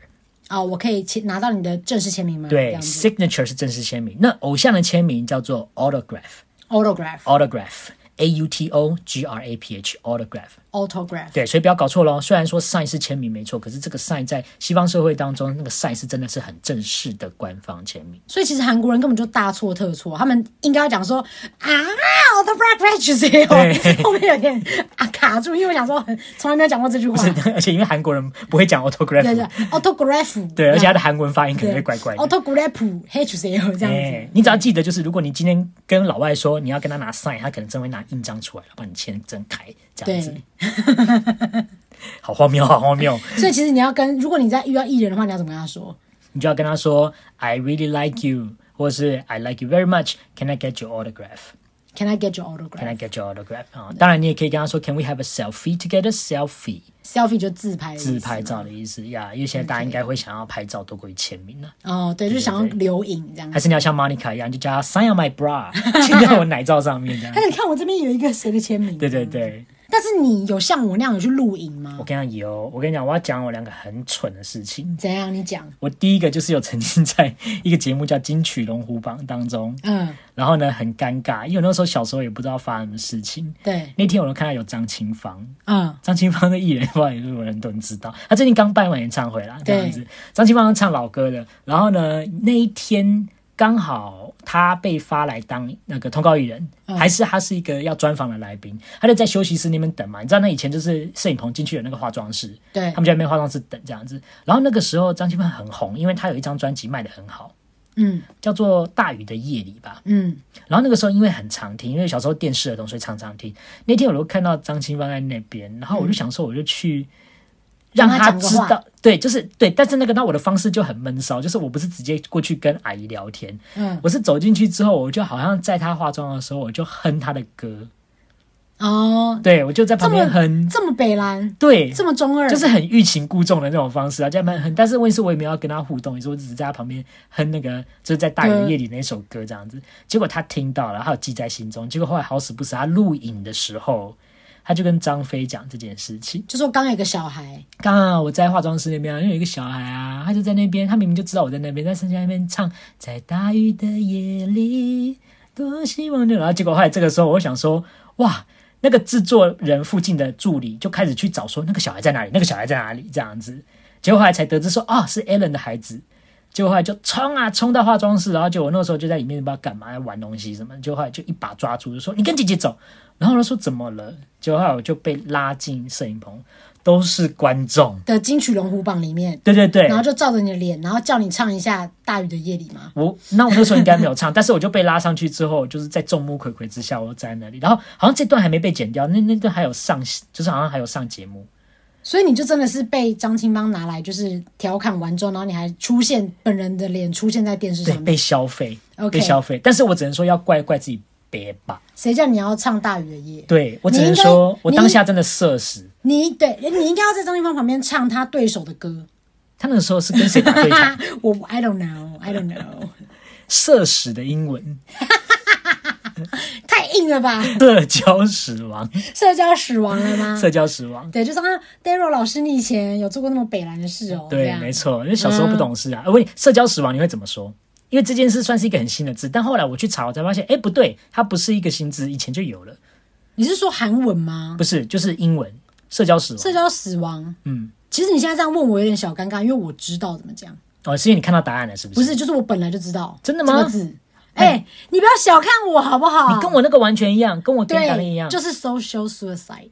S5: 哦，我可以签拿到你的正式签名吗？
S4: 对
S5: 这样子
S4: ，signature 是正式签名，那偶像的签名叫做 autograph，autograph。哦
S5: ，autograph，
S4: A U T O G R A P H autograph，
S5: autograph，
S4: 对，所以不要搞错喽。虽然说 sign 是签名没错，可是这个 sign 在西方社会当中，那个 sign 是真的是很正式的官方签名。
S5: 所以其实韩国人根本就大错特错，他们应该要讲说啊，autograph，就是
S4: 对
S5: 后面有点啊卡住，因为我想说很从来没有讲过这句话，
S4: 而且因为韩国人不会讲
S5: 啊对
S4: autograph，
S5: 对，autograph，
S4: 对而且他的韩文发音可能会怪怪的。
S5: autograph，h 就是 L 这样
S4: 哎
S5: 子，
S4: 你只要记得，就是如果你今天跟老外说你要跟他拿 sign，他可能真会拿印章出来，帮你签真开这样子
S5: 对。
S4: 好荒谬，好荒谬！
S5: 所以其实你要跟，如果你在遇到艺人的话，你要怎么跟他说？
S4: 你就要跟他说 I really like you，或是 I like you very much，Can I get your autograph？
S5: Can I get your
S4: Can I
S5: autograph?
S4: get your autograph？啊、当然你也可以跟他说，Can we have a selfie together? Selfie
S5: Selfie 就自拍的意思
S4: 自
S5: 嘛，
S4: 拍照的意思呀因为现在大家应该会想要拍照多过于签名了。
S5: 哦，对，就是想要留影这样
S4: 还。是你要像 Monica 一样，就叫他 sign on my bra，签在我奶罩上面这样
S5: 哎，。你看我这边有一个谁的签名？啊
S4: 对对对，
S5: 但是你有像我那样有去露营吗
S4: 我？跟你讲有，我跟你讲，我要讲我两个很蠢的事情。
S5: 怎样？你讲。
S4: 我第一个就是有曾经在一个节目叫《金曲龙虎榜》当中，
S5: 嗯，
S4: 然后呢很尴尬，因为我那时候小时候也不知道发生什么事情。
S5: 对，
S4: 那天我就看到有张清芳，
S5: 嗯，
S4: 张清芳的艺人，不知道有没有很多人知道，他最近刚办完演唱会啦，这
S5: 对
S4: 样子。张清芳唱老歌的，然后呢，那一天刚好他被发来当那个通告艺人，
S5: 嗯
S4: 还是他是一个要专访的来宾，他就在休息室那边等嘛。你知道那以前就是摄影棚进去有那个化妆室，
S5: 对
S4: 他们就在那边化妆室等这样子。然后那个时候张清芳很红，因为他有一张专辑卖的很好，
S5: 嗯
S4: 叫做《大雨的夜里》吧。
S5: 嗯，
S4: 然后那个时候因为很常听，因为小时候电视的东西所以常常听。那天我都看到张清芳在那边，然后我就想说，我就去让
S5: 嗯让他
S4: 他
S5: 讲个
S4: 知
S5: 话
S4: 道，对，就是对。但是那个，那我的方式就很闷骚，就是我不是直接过去跟阿姨聊天，
S5: 嗯
S4: 我是走进去之后，我就好像在她化妆的时候，我就哼她的歌，
S5: 哦，
S4: 对我就在旁
S5: 这
S4: 边
S5: 么
S4: 哼，
S5: 这么北蓝，
S4: 对，
S5: 这么中二，
S4: 就是很欲擒故纵的那种方式啊，这样蛮很，但是问题是我也没有要跟他互动，也是我只是在他旁边哼那个，就是在大雨的夜里那首歌这样子。结果他听到了，他有记在心中。结果后来好死不死，他录影的时候，他就跟张飞讲这件事情。
S5: 就说刚有一个小孩，
S4: 刚刚我在化妆师那边、啊，因为有一个小孩啊，他就在那边，他明明就知道我在那边，但是在那边唱在大雨的夜里，多希望就……然后结果后来这个时候，我就想说，哇，那个制作人附近的助理就开始去找说那个小孩在哪里，那个小孩在哪里这样子，结果后来才得知说，哦，是 Allen 的孩子。结果后来就冲啊冲到化妆室，然后就我那时候就在里面不知道干嘛要玩东西什么，就后来就一把抓住，就说你跟姐姐走。然后他说怎么了？结果后来我就被拉进摄影棚，都是观众。
S5: 的金曲龙虎榜里面，
S4: 对对对
S5: 然，后就照着你的脸，然后叫你唱一下《大雨的夜里》嘛。
S4: 我那我那时候应该没有唱，但是我就被拉上去之后，就是在众目睽睽之下，我就站在那里。然后好像这段还没被剪掉，那那段还有上，就是好像还有上节目。
S5: 所以你就真的是被张清芳拿来就是调侃完之后，然后你还出现本人的脸出现在电视
S4: 对，
S5: 上面，
S4: 被消费
S5: OK
S4: 被消费。但是我只能说要怪怪自己别吧。
S5: 谁叫你要唱大雨的夜？
S4: 对我
S5: 你
S4: 只能
S5: 应该
S4: 说，我
S5: 你
S4: 当下真的社死。
S5: 你对，你应该要在张清芳旁边唱他对手的歌。
S4: 他那个时候是跟谁打对
S5: 哈
S4: 台？
S5: 哈，我 I don't know，I don't know，
S4: 社死的英文，
S5: 太硬 了吧？
S4: 社交死亡，
S5: 社交死亡了吗？
S4: 社交死亡。
S5: 对，就是啊，Daryl 老师，你以前有做过那么北蓝的事哦？这
S4: 对，
S5: 样嗯
S4: 没。错，因为小时候不懂事啊。而问你社交死亡你会怎么说？因为这件事算是一个很新的字，但后来我去查，我才发现，哎，不对，它不是一个新字，以前就有了，
S5: 你是说韩文吗？
S4: 不是，就是英文社交死
S5: 社
S4: 亡。
S5: 交死亡。
S4: 嗯，
S5: 其实你现在这样问我有点小尴尬，因为我知道怎么讲，
S4: 哦，是因为你看到答案了，是不是？
S5: 不是，就是我本来就知道。
S4: 真的吗
S5: 这个字，哎、你不要小看我好不好？
S4: 你跟我那个完全一样，跟我跟答案一
S5: 啊
S4: 样，。
S5: 对就是 social suicide，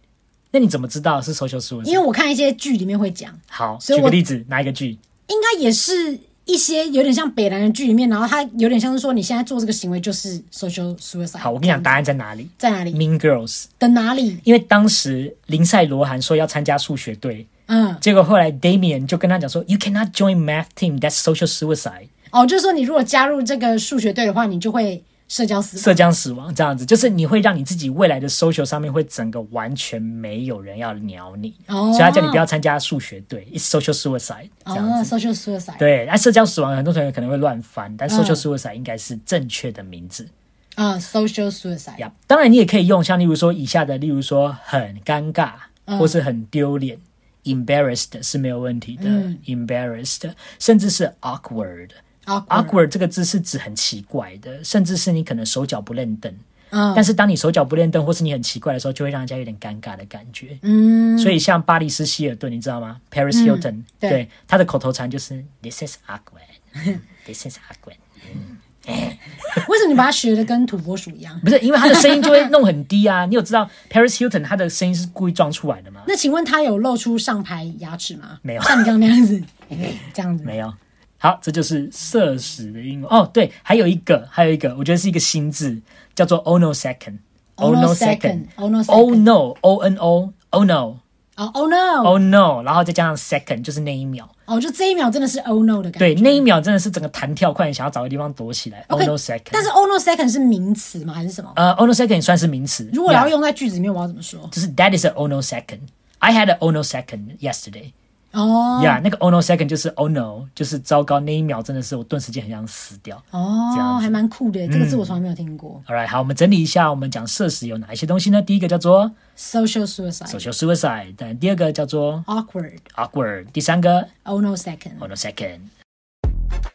S4: 那你怎么知道是 social s u i c
S5: 因为我看一些剧里面会讲，
S4: 好，
S5: 所以
S4: 举个
S5: 我
S4: 例子，拿一个剧，
S5: 应该也是一些有点像北南的剧里面，然后他有点像是说你现在做这个行为就是 social suicide。
S4: 好，我跟你讲答案在哪里。
S5: 在哪里
S4: Mean Girls，
S5: 的哪里？
S4: 因为当时林赛罗韩说要参加数学队，
S5: 嗯，
S4: 结果后来 Damian 就跟他讲说，You cannot join math team, that's social suicide，
S5: 哦，就是说你如果加入这个数学队的话，你就会社交死亡。
S4: 社交死亡这样子，就是你会让你自己未来的 social 上面会整个完全没有人要鸟你，
S5: 哦
S4: 所以他叫你不要参加数学队，it's social suicide 这样
S5: 哦
S4: 子。
S5: ，social suicide。
S4: 对，那社交死亡很多同学可能会乱翻，
S5: 嗯
S4: 但 social suicide 应该是正确的名字。
S5: 啊，social suicide。
S4: 呀，当然你也可以用像例如说以下的，例如说很尴尬
S5: 嗯
S4: 或是很丢脸、embarrassed 是没有问题的、embarrassed，甚至是 awkward。
S5: awkward
S4: awkward 这个字是指很奇怪的，甚至是你可能手脚不认凳。
S5: 嗯
S4: 但是当你手脚不认凳，或是你很奇怪的时候，就会让人家有点尴尬的感觉。嗯，所以像巴黎斯希尔顿，你知道吗？Paris Hilton，、
S5: 嗯对
S4: 对，他的口头禅就是 This is awkward，This is awkward。
S5: 为什么你把它学的跟土拨鼠一样？
S4: 不是，因为他的声音就会弄很低啊。你有知道 Paris Hilton 他的声音是故意装出来的吗？
S5: 那请问他有露出上排牙齿吗？
S4: 没有
S5: 像你刚刚那样子， 这样子。
S4: 没有。好，这就是社死的英文哦。对，还有一个，还有一个，我觉得是一个新字，叫做 ono second。
S5: Ono second，ono second
S4: oh no o n o oh no
S5: 哦，oh no，
S4: oh no，然后再加上 second 就是那一秒，
S5: 哦，就这一秒真的是 oh no 的感觉。
S4: 对，那一秒真的是整个弹跳，快点想要找个地方躲起来。oh
S5: OK，
S4: no second，
S5: 但是 oh no second 是名词吗？还是什么？
S4: 呃 oh no second 也算是名词。
S5: 如果要
S4: Yeah，
S5: 用在句子里面，我要怎么说？
S4: 就是 that is an oh no second。I had an oh no second yesterday。
S5: 哦，
S4: 呀，那个 oh no second 就是 oh no，就是糟糕，那一秒真的是我顿时间很想死掉。这样
S5: 哦，
S4: 子
S5: 还蛮酷的，这个字我从来没有听过。
S4: Alright，好，我们整理一下，我们讲社死有哪一些东西呢？第一个叫做
S5: Social suicide。
S4: social suicide，但第二个叫做
S5: Awkward,
S4: awkward，第三个
S5: oh no second.
S4: hold on a second。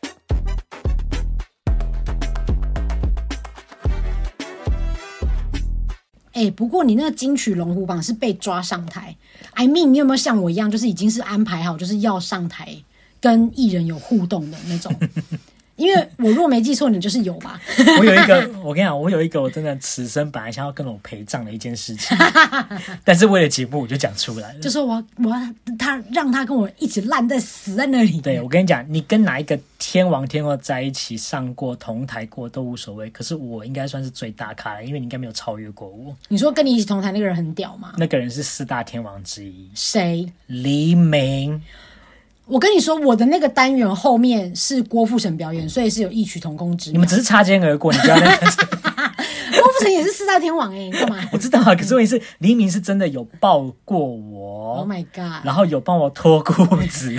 S5: 哎、不过你那个金曲龙虎榜是被抓上台，I mean，你有没有像我一样，就是已经是安排好，就是要上台跟艺人有互动的那 种？因为我若没记错，你就是有吧？
S4: 我有一个，我跟你讲，我有一个，我真的此生本来想要跟我陪葬的一件事情，但是为了节目我就讲出来了。
S5: 就说我要我要他让他跟我一起烂在死在那里。
S4: 对，我跟你讲，你跟哪一个天王天后在一起上过同台过都无所谓，可是我应该算是最大咖了，因为你应该没有超越过我。
S5: 你说跟你一起同台那个人很屌吗？
S4: 那个人是四大天王之一，
S5: 谁？
S4: 黎明。
S5: 我跟你说，我的那个单元后面是郭富城表演，所以是有异曲同工之
S4: 嗯你
S5: 妙
S4: 们。只是擦肩而过，你不要那个。
S5: 郭富城也是四大天王哎、你干嘛
S4: 我知道啊，可是问题是，黎明是真的有抱过我
S5: ？Oh my god！
S4: 然后有帮我脱裤 子，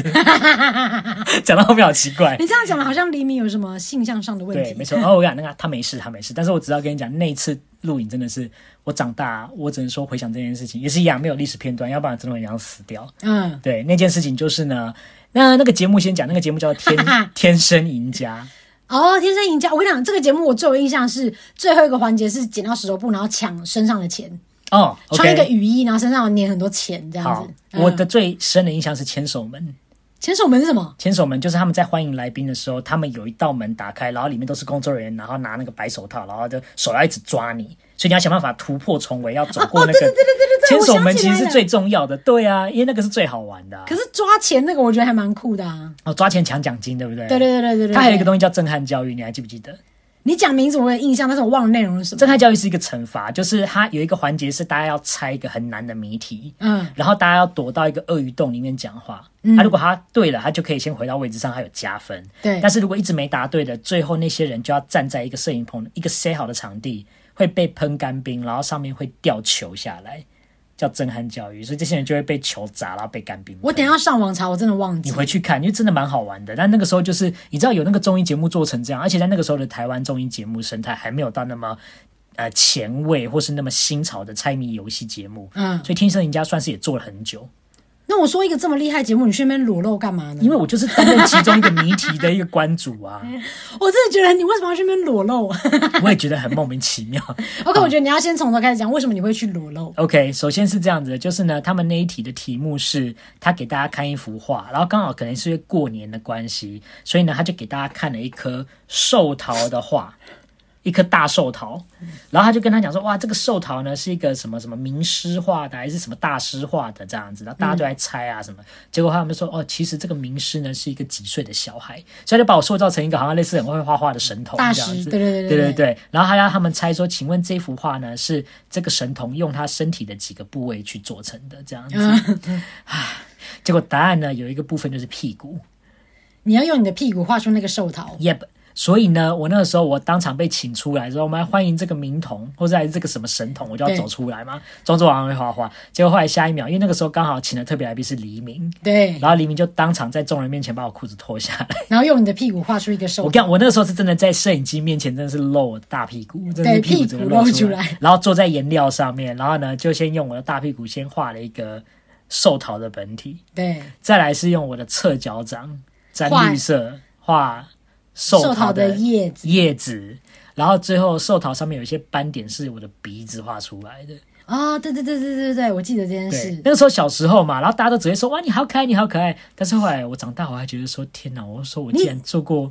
S4: 讲到后面好奇怪
S5: 你。这样讲的好像黎明有什么性向上的问
S4: 对，
S5: 题
S4: 没。错。哦，我跟你讲那个他没事，他没事。但是我只要跟你讲，那一次录影真的是我长大，我只能说回想这件事情也是一样，没有历史片段，要不然真的很想死掉。
S5: 嗯，
S4: 对，那件事情就是呢，那那个节目先讲，那个节目叫做天 天生赢家。
S5: 哦，天生赢家！我跟你讲，这个节目我最有印象是最后一个环节是捡到石头布，然后抢身上的钱，
S4: 哦，OK，
S5: 穿一个雨衣，然后身上有粘很多钱这样
S4: 好
S5: 子。，嗯
S4: 我的最深的印象是牵手门。
S5: 牵手门是什么？
S4: 牵手门就是他们在欢迎来宾的时候，他们有一道门打开，然后里面都是工作人员，然后拿那个白手套，然后就手要一直抓你，所以你要想办法突破重围，要走过那个。
S5: 哦对对 对对对对
S4: 牵手
S5: 我
S4: 门
S5: 想起
S4: 其
S5: 来
S4: 实是
S5: 了
S4: 最重要的，对啊，因为那个是最好玩的啊、
S5: 可是抓钱那个我觉得还蛮酷的啊。
S4: 哦，抓钱抢奖金，对不对？
S5: 对对对对对对。
S4: 它还有一个东西叫震撼教育，你还记不记得？
S5: 你讲名字我有印象，但是我忘了内容是什么。
S4: 正太教育是一个惩罚，就是它有一个环节是大家要猜一个很难的谜题，
S5: 嗯，
S4: 然后大家要躲到一个鳄鱼洞里面讲话。嗯，啊、如果他对了，他就可以先回到位置上，他有加分。
S5: 对
S4: 但是如果一直没答对的，最后那些人就要站在一个摄影棚一个塞好的场地，会被喷干冰，然后上面会掉球下来，叫震撼教育。所以这些人就会被球砸，然后被干冰。
S5: 我等一下上网查，我真的忘记
S4: 你。回去看，因为真的蛮好玩的。但那个时候就是你知道有那个综艺节目做成这样，而且在那个时候的台湾综艺节目生态还没有到那么呃前卫或是那么新潮的猜谜游戏节目，
S5: 嗯
S4: 所以天生赢家算是也做了很久。
S5: 那我说一个这么厉害的节目，你去那边裸露干嘛呢
S4: 因？为我就是担任其中一个谜题的一个关主 啊，
S5: 我真的觉得你为什么要去那边裸露
S4: 我也觉得很莫名其妙。
S5: ？OK，我觉得你要先从头开始讲，为什么你会去裸露？
S4: OK，首先是这样子的，就是呢，他们那一题的题目是他给大家看一幅画，然后刚好可能是因为过年的关系，所以呢，他就给大家看了一棵寿桃的画，一棵大寿桃，然后他就跟他讲说，哇，这个寿桃呢是一个什么什么名师画的，还是什么大师画的这样子，然后大家都在猜啊什么，结果他们就说，哦，其实这个名师呢是一个几岁的小孩，所以他就把我塑造成一个好像类似很会画画的神童
S5: 大
S4: 这样
S5: 师
S4: 子，
S5: 对对对对
S4: 对
S5: 对
S4: 对对，然后还让他们猜说，请问这幅画呢是这个神童用他身体的几个部位去做成的这样 子？唉结果答案呢有一个部分就是屁股
S5: 你要用你的屁股画出那个寿桃。
S4: ，Yep。所以呢，我那个时候我当场被请出来说，我们来欢迎这个名童，或者还是这个什么神童，我就要
S5: 对
S4: 走出来嘛，装作我很会画画。结果后来下一秒，因为那个时候刚好请的特别来宾是黎明，
S5: 对，
S4: 然后黎明就当场在众人面前把我裤子脱下来。
S5: 然后用你的屁股画出一个
S4: 我
S5: 寿
S4: 跟你讲，我那个时候是真的在摄影机面前，真的是露我的大屁股，真的
S5: 对
S4: 是屁
S5: 屁
S4: 股
S5: 股
S4: 整个露出
S5: 露出来
S4: 来，然后坐在颜料上面，然后呢，就先用我的大屁股先画了一个寿桃的本体，
S5: 对，
S4: 再来是用我的侧脚掌沾
S5: 画
S4: 绿色画寿
S5: 寿
S4: 桃
S5: 桃的
S4: 的
S5: 叶子。
S4: 叶子，然后最后寿桃上面有一些斑点是我的鼻子画出来的。
S5: 啊、对对对对对对，我记得这件
S4: 对
S5: 事，。
S4: 那个时候小时候嘛，然后大家都只会说哇你好可爱，你好可爱。但是后来我长大，我还觉得说天哪，我说我竟然做过，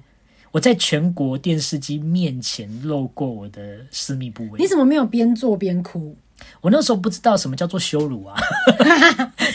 S4: 我在全国电视机面前露过我的私密部
S5: 你
S4: 位。
S5: 怎么没有边做边哭？
S4: 我那时候不知道什么叫做羞辱啊，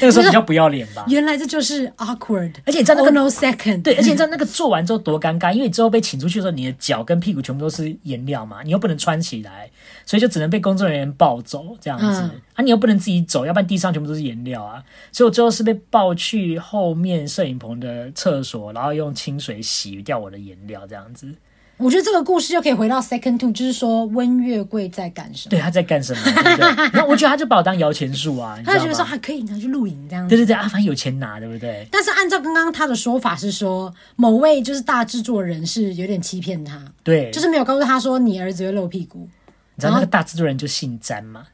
S4: 那个时候比较不要脸吧。
S5: 原来这就是 awkward，
S4: 而且在那个
S5: oh no second，
S4: 对，而且你知道那个做完之后多尴尬，因为你之后被请出去的时候，你的脚跟屁股全部都是颜料嘛，你又不能穿起来，所以就只能被工作人员抱走这样子。
S5: 嗯
S4: 啊，你又不能自己走，要不然地上全部都是颜料啊。所以我最后是被抱去后面摄影棚的厕所，然后用清水洗掉我的颜料这样子。
S5: 我觉得这个故事就可以回到 second two，就是说温月桂在干什么？
S4: 对，他在干什么？啊对不对？ 然后我觉得他就把我当摇钱树啊，你知
S5: 他就
S4: 道
S5: 觉得说
S4: 吗？
S5: 还可以拿去露营这样
S4: 对
S5: 子。
S4: 对对，啊，反正有钱拿，对不对？
S5: 但是按照刚刚他的说法是说，某位就是大制作人是有点欺骗他，
S4: 对，
S5: 就是没有告诉他说你儿子会露屁股，
S4: 你知道那个大制作人就姓詹 嘛，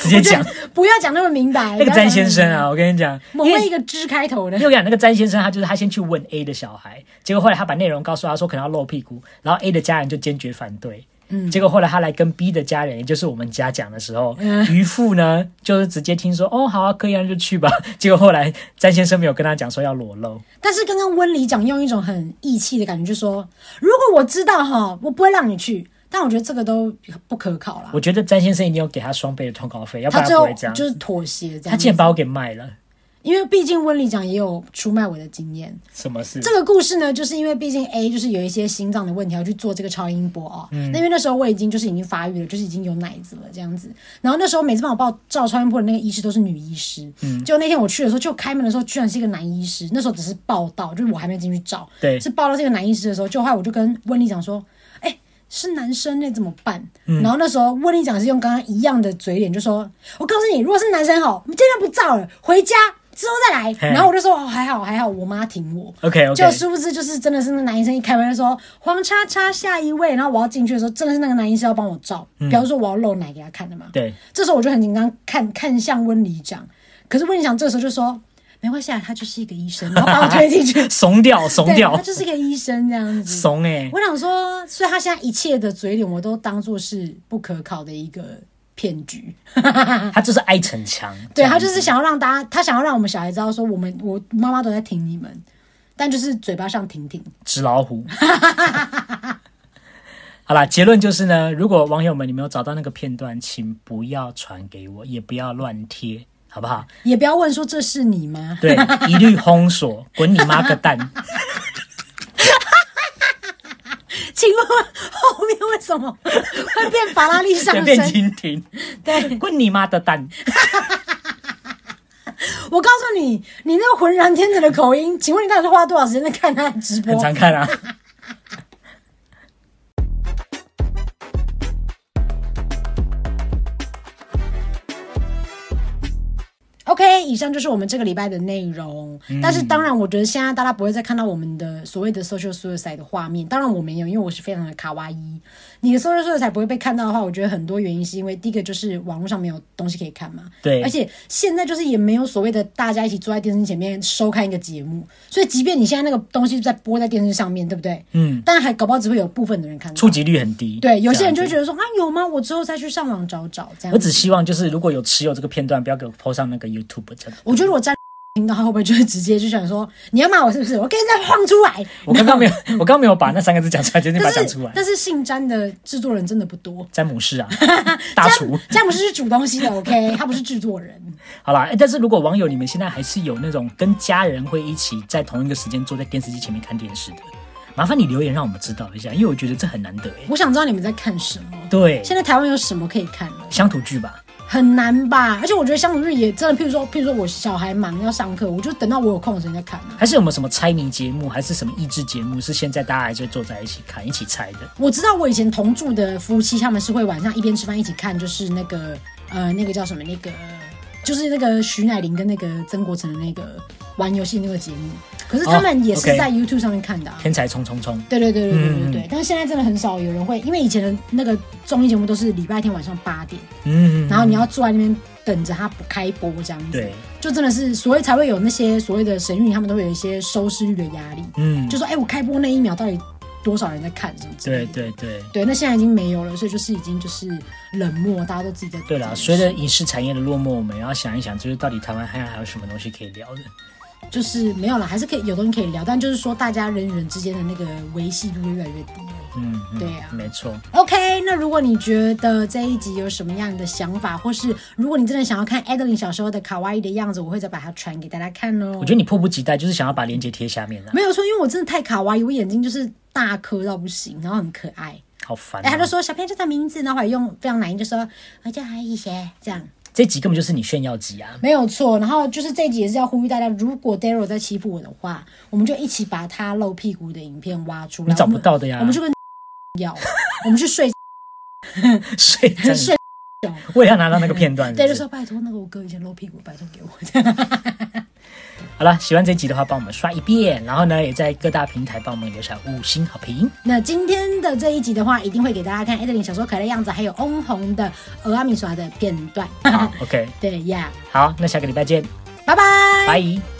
S4: 直接讲
S5: 不要讲那么明白。
S4: 那个
S5: 哎不要讲
S4: 詹
S5: 那么
S4: 先生
S5: 明白，
S4: 啊，我跟你讲，
S5: 某
S4: 因为
S5: 位一个支开头的
S4: 因为，我跟你讲那个詹先生，他就是他先去问 A 的小孩，结果后来他把内容告诉他说可能要露屁股，然后 A 的家人就坚决反对。嗯，结果后来他来跟 B 的家人，也就是我们家讲的时候，
S5: 嗯
S4: 渔父呢就是直接听说哦好啊可以啊那就去吧。结果后来詹先生没有跟他讲说要裸露，
S5: 但是刚刚温里讲用一种很义气的感觉，就说如果我知道哈，我不会让你去。但我觉得这个都不可考啦
S4: 我。觉得詹先生一定有给他双倍的通告费，要不
S5: 他
S4: 然
S5: 最
S4: 不
S5: 后
S4: 会这样。
S5: 就是妥协这
S4: 他
S5: 样
S4: 竟然
S5: 子，
S4: 把我给卖了，
S5: 因为毕竟温里讲也有出卖我的经验。
S4: 什么事？
S5: 这个故事呢，就是因为毕竟 A 就是有一些心脏的问题，要去做这个超音波啊、
S4: 嗯
S5: 那因为那时候我已经就是已经发育了，就是已经有奶子了这样子。然后那时候每次帮我报照超音波的那个医师都是女医师，嗯，就那天我去的时候，就开门的时候居然是一个男医师。那时候只是报道，就是我还没进去照，
S4: 对
S5: 是报到这个男医师的时候，就后来我就跟温丽讲说，哎、是男生那怎么办？
S4: 嗯
S5: 然后那时候温丽讲是用刚刚一样的嘴脸，就说：“我告诉你，如果是男生吼，我们今天不照了，回家之后再来。”
S4: 嘿
S5: 然后我就说：“哦，还好还好，我妈挺我。”
S4: OK OK，
S5: 就殊不知就是真的是那男医生一开门就说黄叉叉下一位，然后我要进去的时候，真的是那个男医生要帮我照，比方说我要露奶给他看的嘛。
S4: 嗯对，
S5: 这时候我就很紧张，看看向温里长，可是温里长这时候就说没关系啊，他就是一个医生，然后把我推进去，
S4: 怂掉 怂
S5: 对，
S4: 掉
S5: 他就是一个医生这样子。
S4: 怂哎、
S5: 我想说，所以他现在一切的嘴脸我都当做是不可考的一个骗局。
S4: 他就是爱逞强，
S5: 嗯对
S4: 这样
S5: 他
S4: 子
S5: 就是想要让大家，他想要让我们小孩知道说，我们我妈妈都在挺你们，但就是嘴巴上挺挺。
S4: 纸老虎。 好啦，结论就是呢，如果网友们你们有找到那个片段，请不要传给我，也不要乱贴，好不 好？
S5: 也不要问说这是你吗？
S4: 对，一 律封锁，滚你妈个蛋！
S5: 请请问后面为什么会变法拉利
S4: 随
S5: 上身？
S4: 便蜻蜓，
S5: 对，
S4: 滚你妈的蛋！
S5: 我告诉你，你那个浑然天成的口音，请问你到底是花多少时间在看他的直播
S4: 很？常看啊。
S5: OK，以上就是我们这个礼拜的内容。
S4: 嗯
S5: 但是当然，我觉得现在大家不会再看到我们的所谓的 social suicide 的画面。当然我没有，因为我是非常的卡哇伊。你的 social suicide 不会被看到的话，我觉得很多原因是因为第一个就是网络上没有东西可以看嘛，
S4: 对
S5: 而且现在就是也没有所谓的大家一起坐在电视前面收看一个节目，所以即便你现在那个东西在播在电视上面，对不对？
S4: 嗯，
S5: 但还搞不好只会有部分的人看到
S4: 触。及率很低。
S5: 对，有些人
S4: 这样
S5: 就会
S4: 子
S5: 觉得说啊有吗？我之后再去上网找找这样
S4: 我。只希望就是如果有持有这个片段，不要给我 PO 上那个 YouTube 这样。
S5: 我觉得我站听到他会不会就是直接就想说你要骂我是不是？我跟你再晃出来。
S4: 我刚刚没有，我刚刚没有把那三个字讲出来，直接把它讲
S5: 但
S4: 出
S5: 是
S4: 来。
S5: 但是姓詹的制作人真的不多，
S4: 詹姆 士啊，大厨。
S5: 詹姆斯是煮东西的，OK，他不 是制作人。
S4: 好啦，哎，但是如果网友你们现在还是有那种跟家人会一起在同一个时间坐在电视机前面看电视的，麻烦你留言让我们知道一下，因为我觉得这很难得哎。
S5: 我想知道你们在看什么。
S4: 对，
S5: 现在台湾有什么可以看的？
S4: 乡土剧吧，
S5: 很难吧？而且我觉得相处日也真的，譬如说，譬如说我小孩忙要上课，我就等到我有空的时间再看啊。
S4: 还是有没有什么猜谜节目，还是什么益智节目，是现在大家还是会坐在一起看、一起猜的？
S5: 我知道我以前同住的夫妻，他们是会晚上一边吃饭一起看，就是那个呃，那个叫什么那个，就是那个徐乃麟跟那个曾国成的那个玩游戏那个节目。可是他们也是
S4: 哦，OK
S5: 在 YouTube 上面看的、啊。
S4: 天才冲冲冲！
S5: 对对对对对对对
S4: 嗯
S5: 对，但是现在真的很少有人会，因为以前的那个综艺节目都是礼拜天晚上八点，
S4: 嗯，
S5: 然后你要坐在那边等着它不开播这样子
S4: 对，，
S5: 就真的是所以才会有那些所谓的神韵，他们都会有一些收视率的压力，
S4: 嗯，
S5: 就说哎、我开播那一秒到底多少人在看什么之
S4: 对
S5: 类的。
S4: 对对。
S5: 对，那现在已经没有了，所以就是已经就是冷漠，大家都自己在做
S4: 对
S5: 自
S4: 啦，
S5: 己的
S4: 随着
S5: 事
S4: 影视产业的落寞，我们也要想一想，就是到底台湾还还有什么东西可以聊的？
S5: 就是没有了，还是可以有东西可以聊，但就是说大家人与人之间的那个维系度越来越低了。
S4: 嗯，嗯
S5: 对啊
S4: 没错。
S5: OK，那如果你觉得这一集有什么样的想法，或是如果你真的想要看 Adeline 小时候的卡哇伊的样子，我会再把它传给大家看哦。
S4: 我觉得你迫不及待，就是想要把链接贴下面啦，啊
S5: 没有错，因为我真的太卡哇伊，我眼睛就是大颗到不行，然后很可爱。
S4: 好烦、
S5: 哎、他
S4: 啊
S5: 就！说小朋友叫他名字，然后还用非常难音就说我叫阿一些这样。
S4: 这集根本就是你炫耀集啊！
S5: 没有错，然后就是这一集也是要呼吁大家，如果 Daryl 在欺负我的话，我们就一起把他露屁股的影片挖出来。
S4: 你找不到
S5: 我们
S4: 的呀
S5: 我们就跟 要，我们去睡
S4: 睡 真
S5: 睡
S4: 的，。我也要拿到那个片段是不
S5: 对，
S4: 是。
S5: 就说拜托那个我哥以前露屁股，拜托给我。
S4: 好了，喜欢这集的话，帮我们刷一遍，然后呢，也在各大平台帮我们留下五星好评。
S5: 那今天的这一集的话，一定会给大家看 Adeline 小时候可爱的样子，还有翁虹的俄阿米耍的片段。
S4: 好，OK，
S5: 对呀
S4: 好，那下个礼拜见，
S5: 拜拜。
S4: 拜。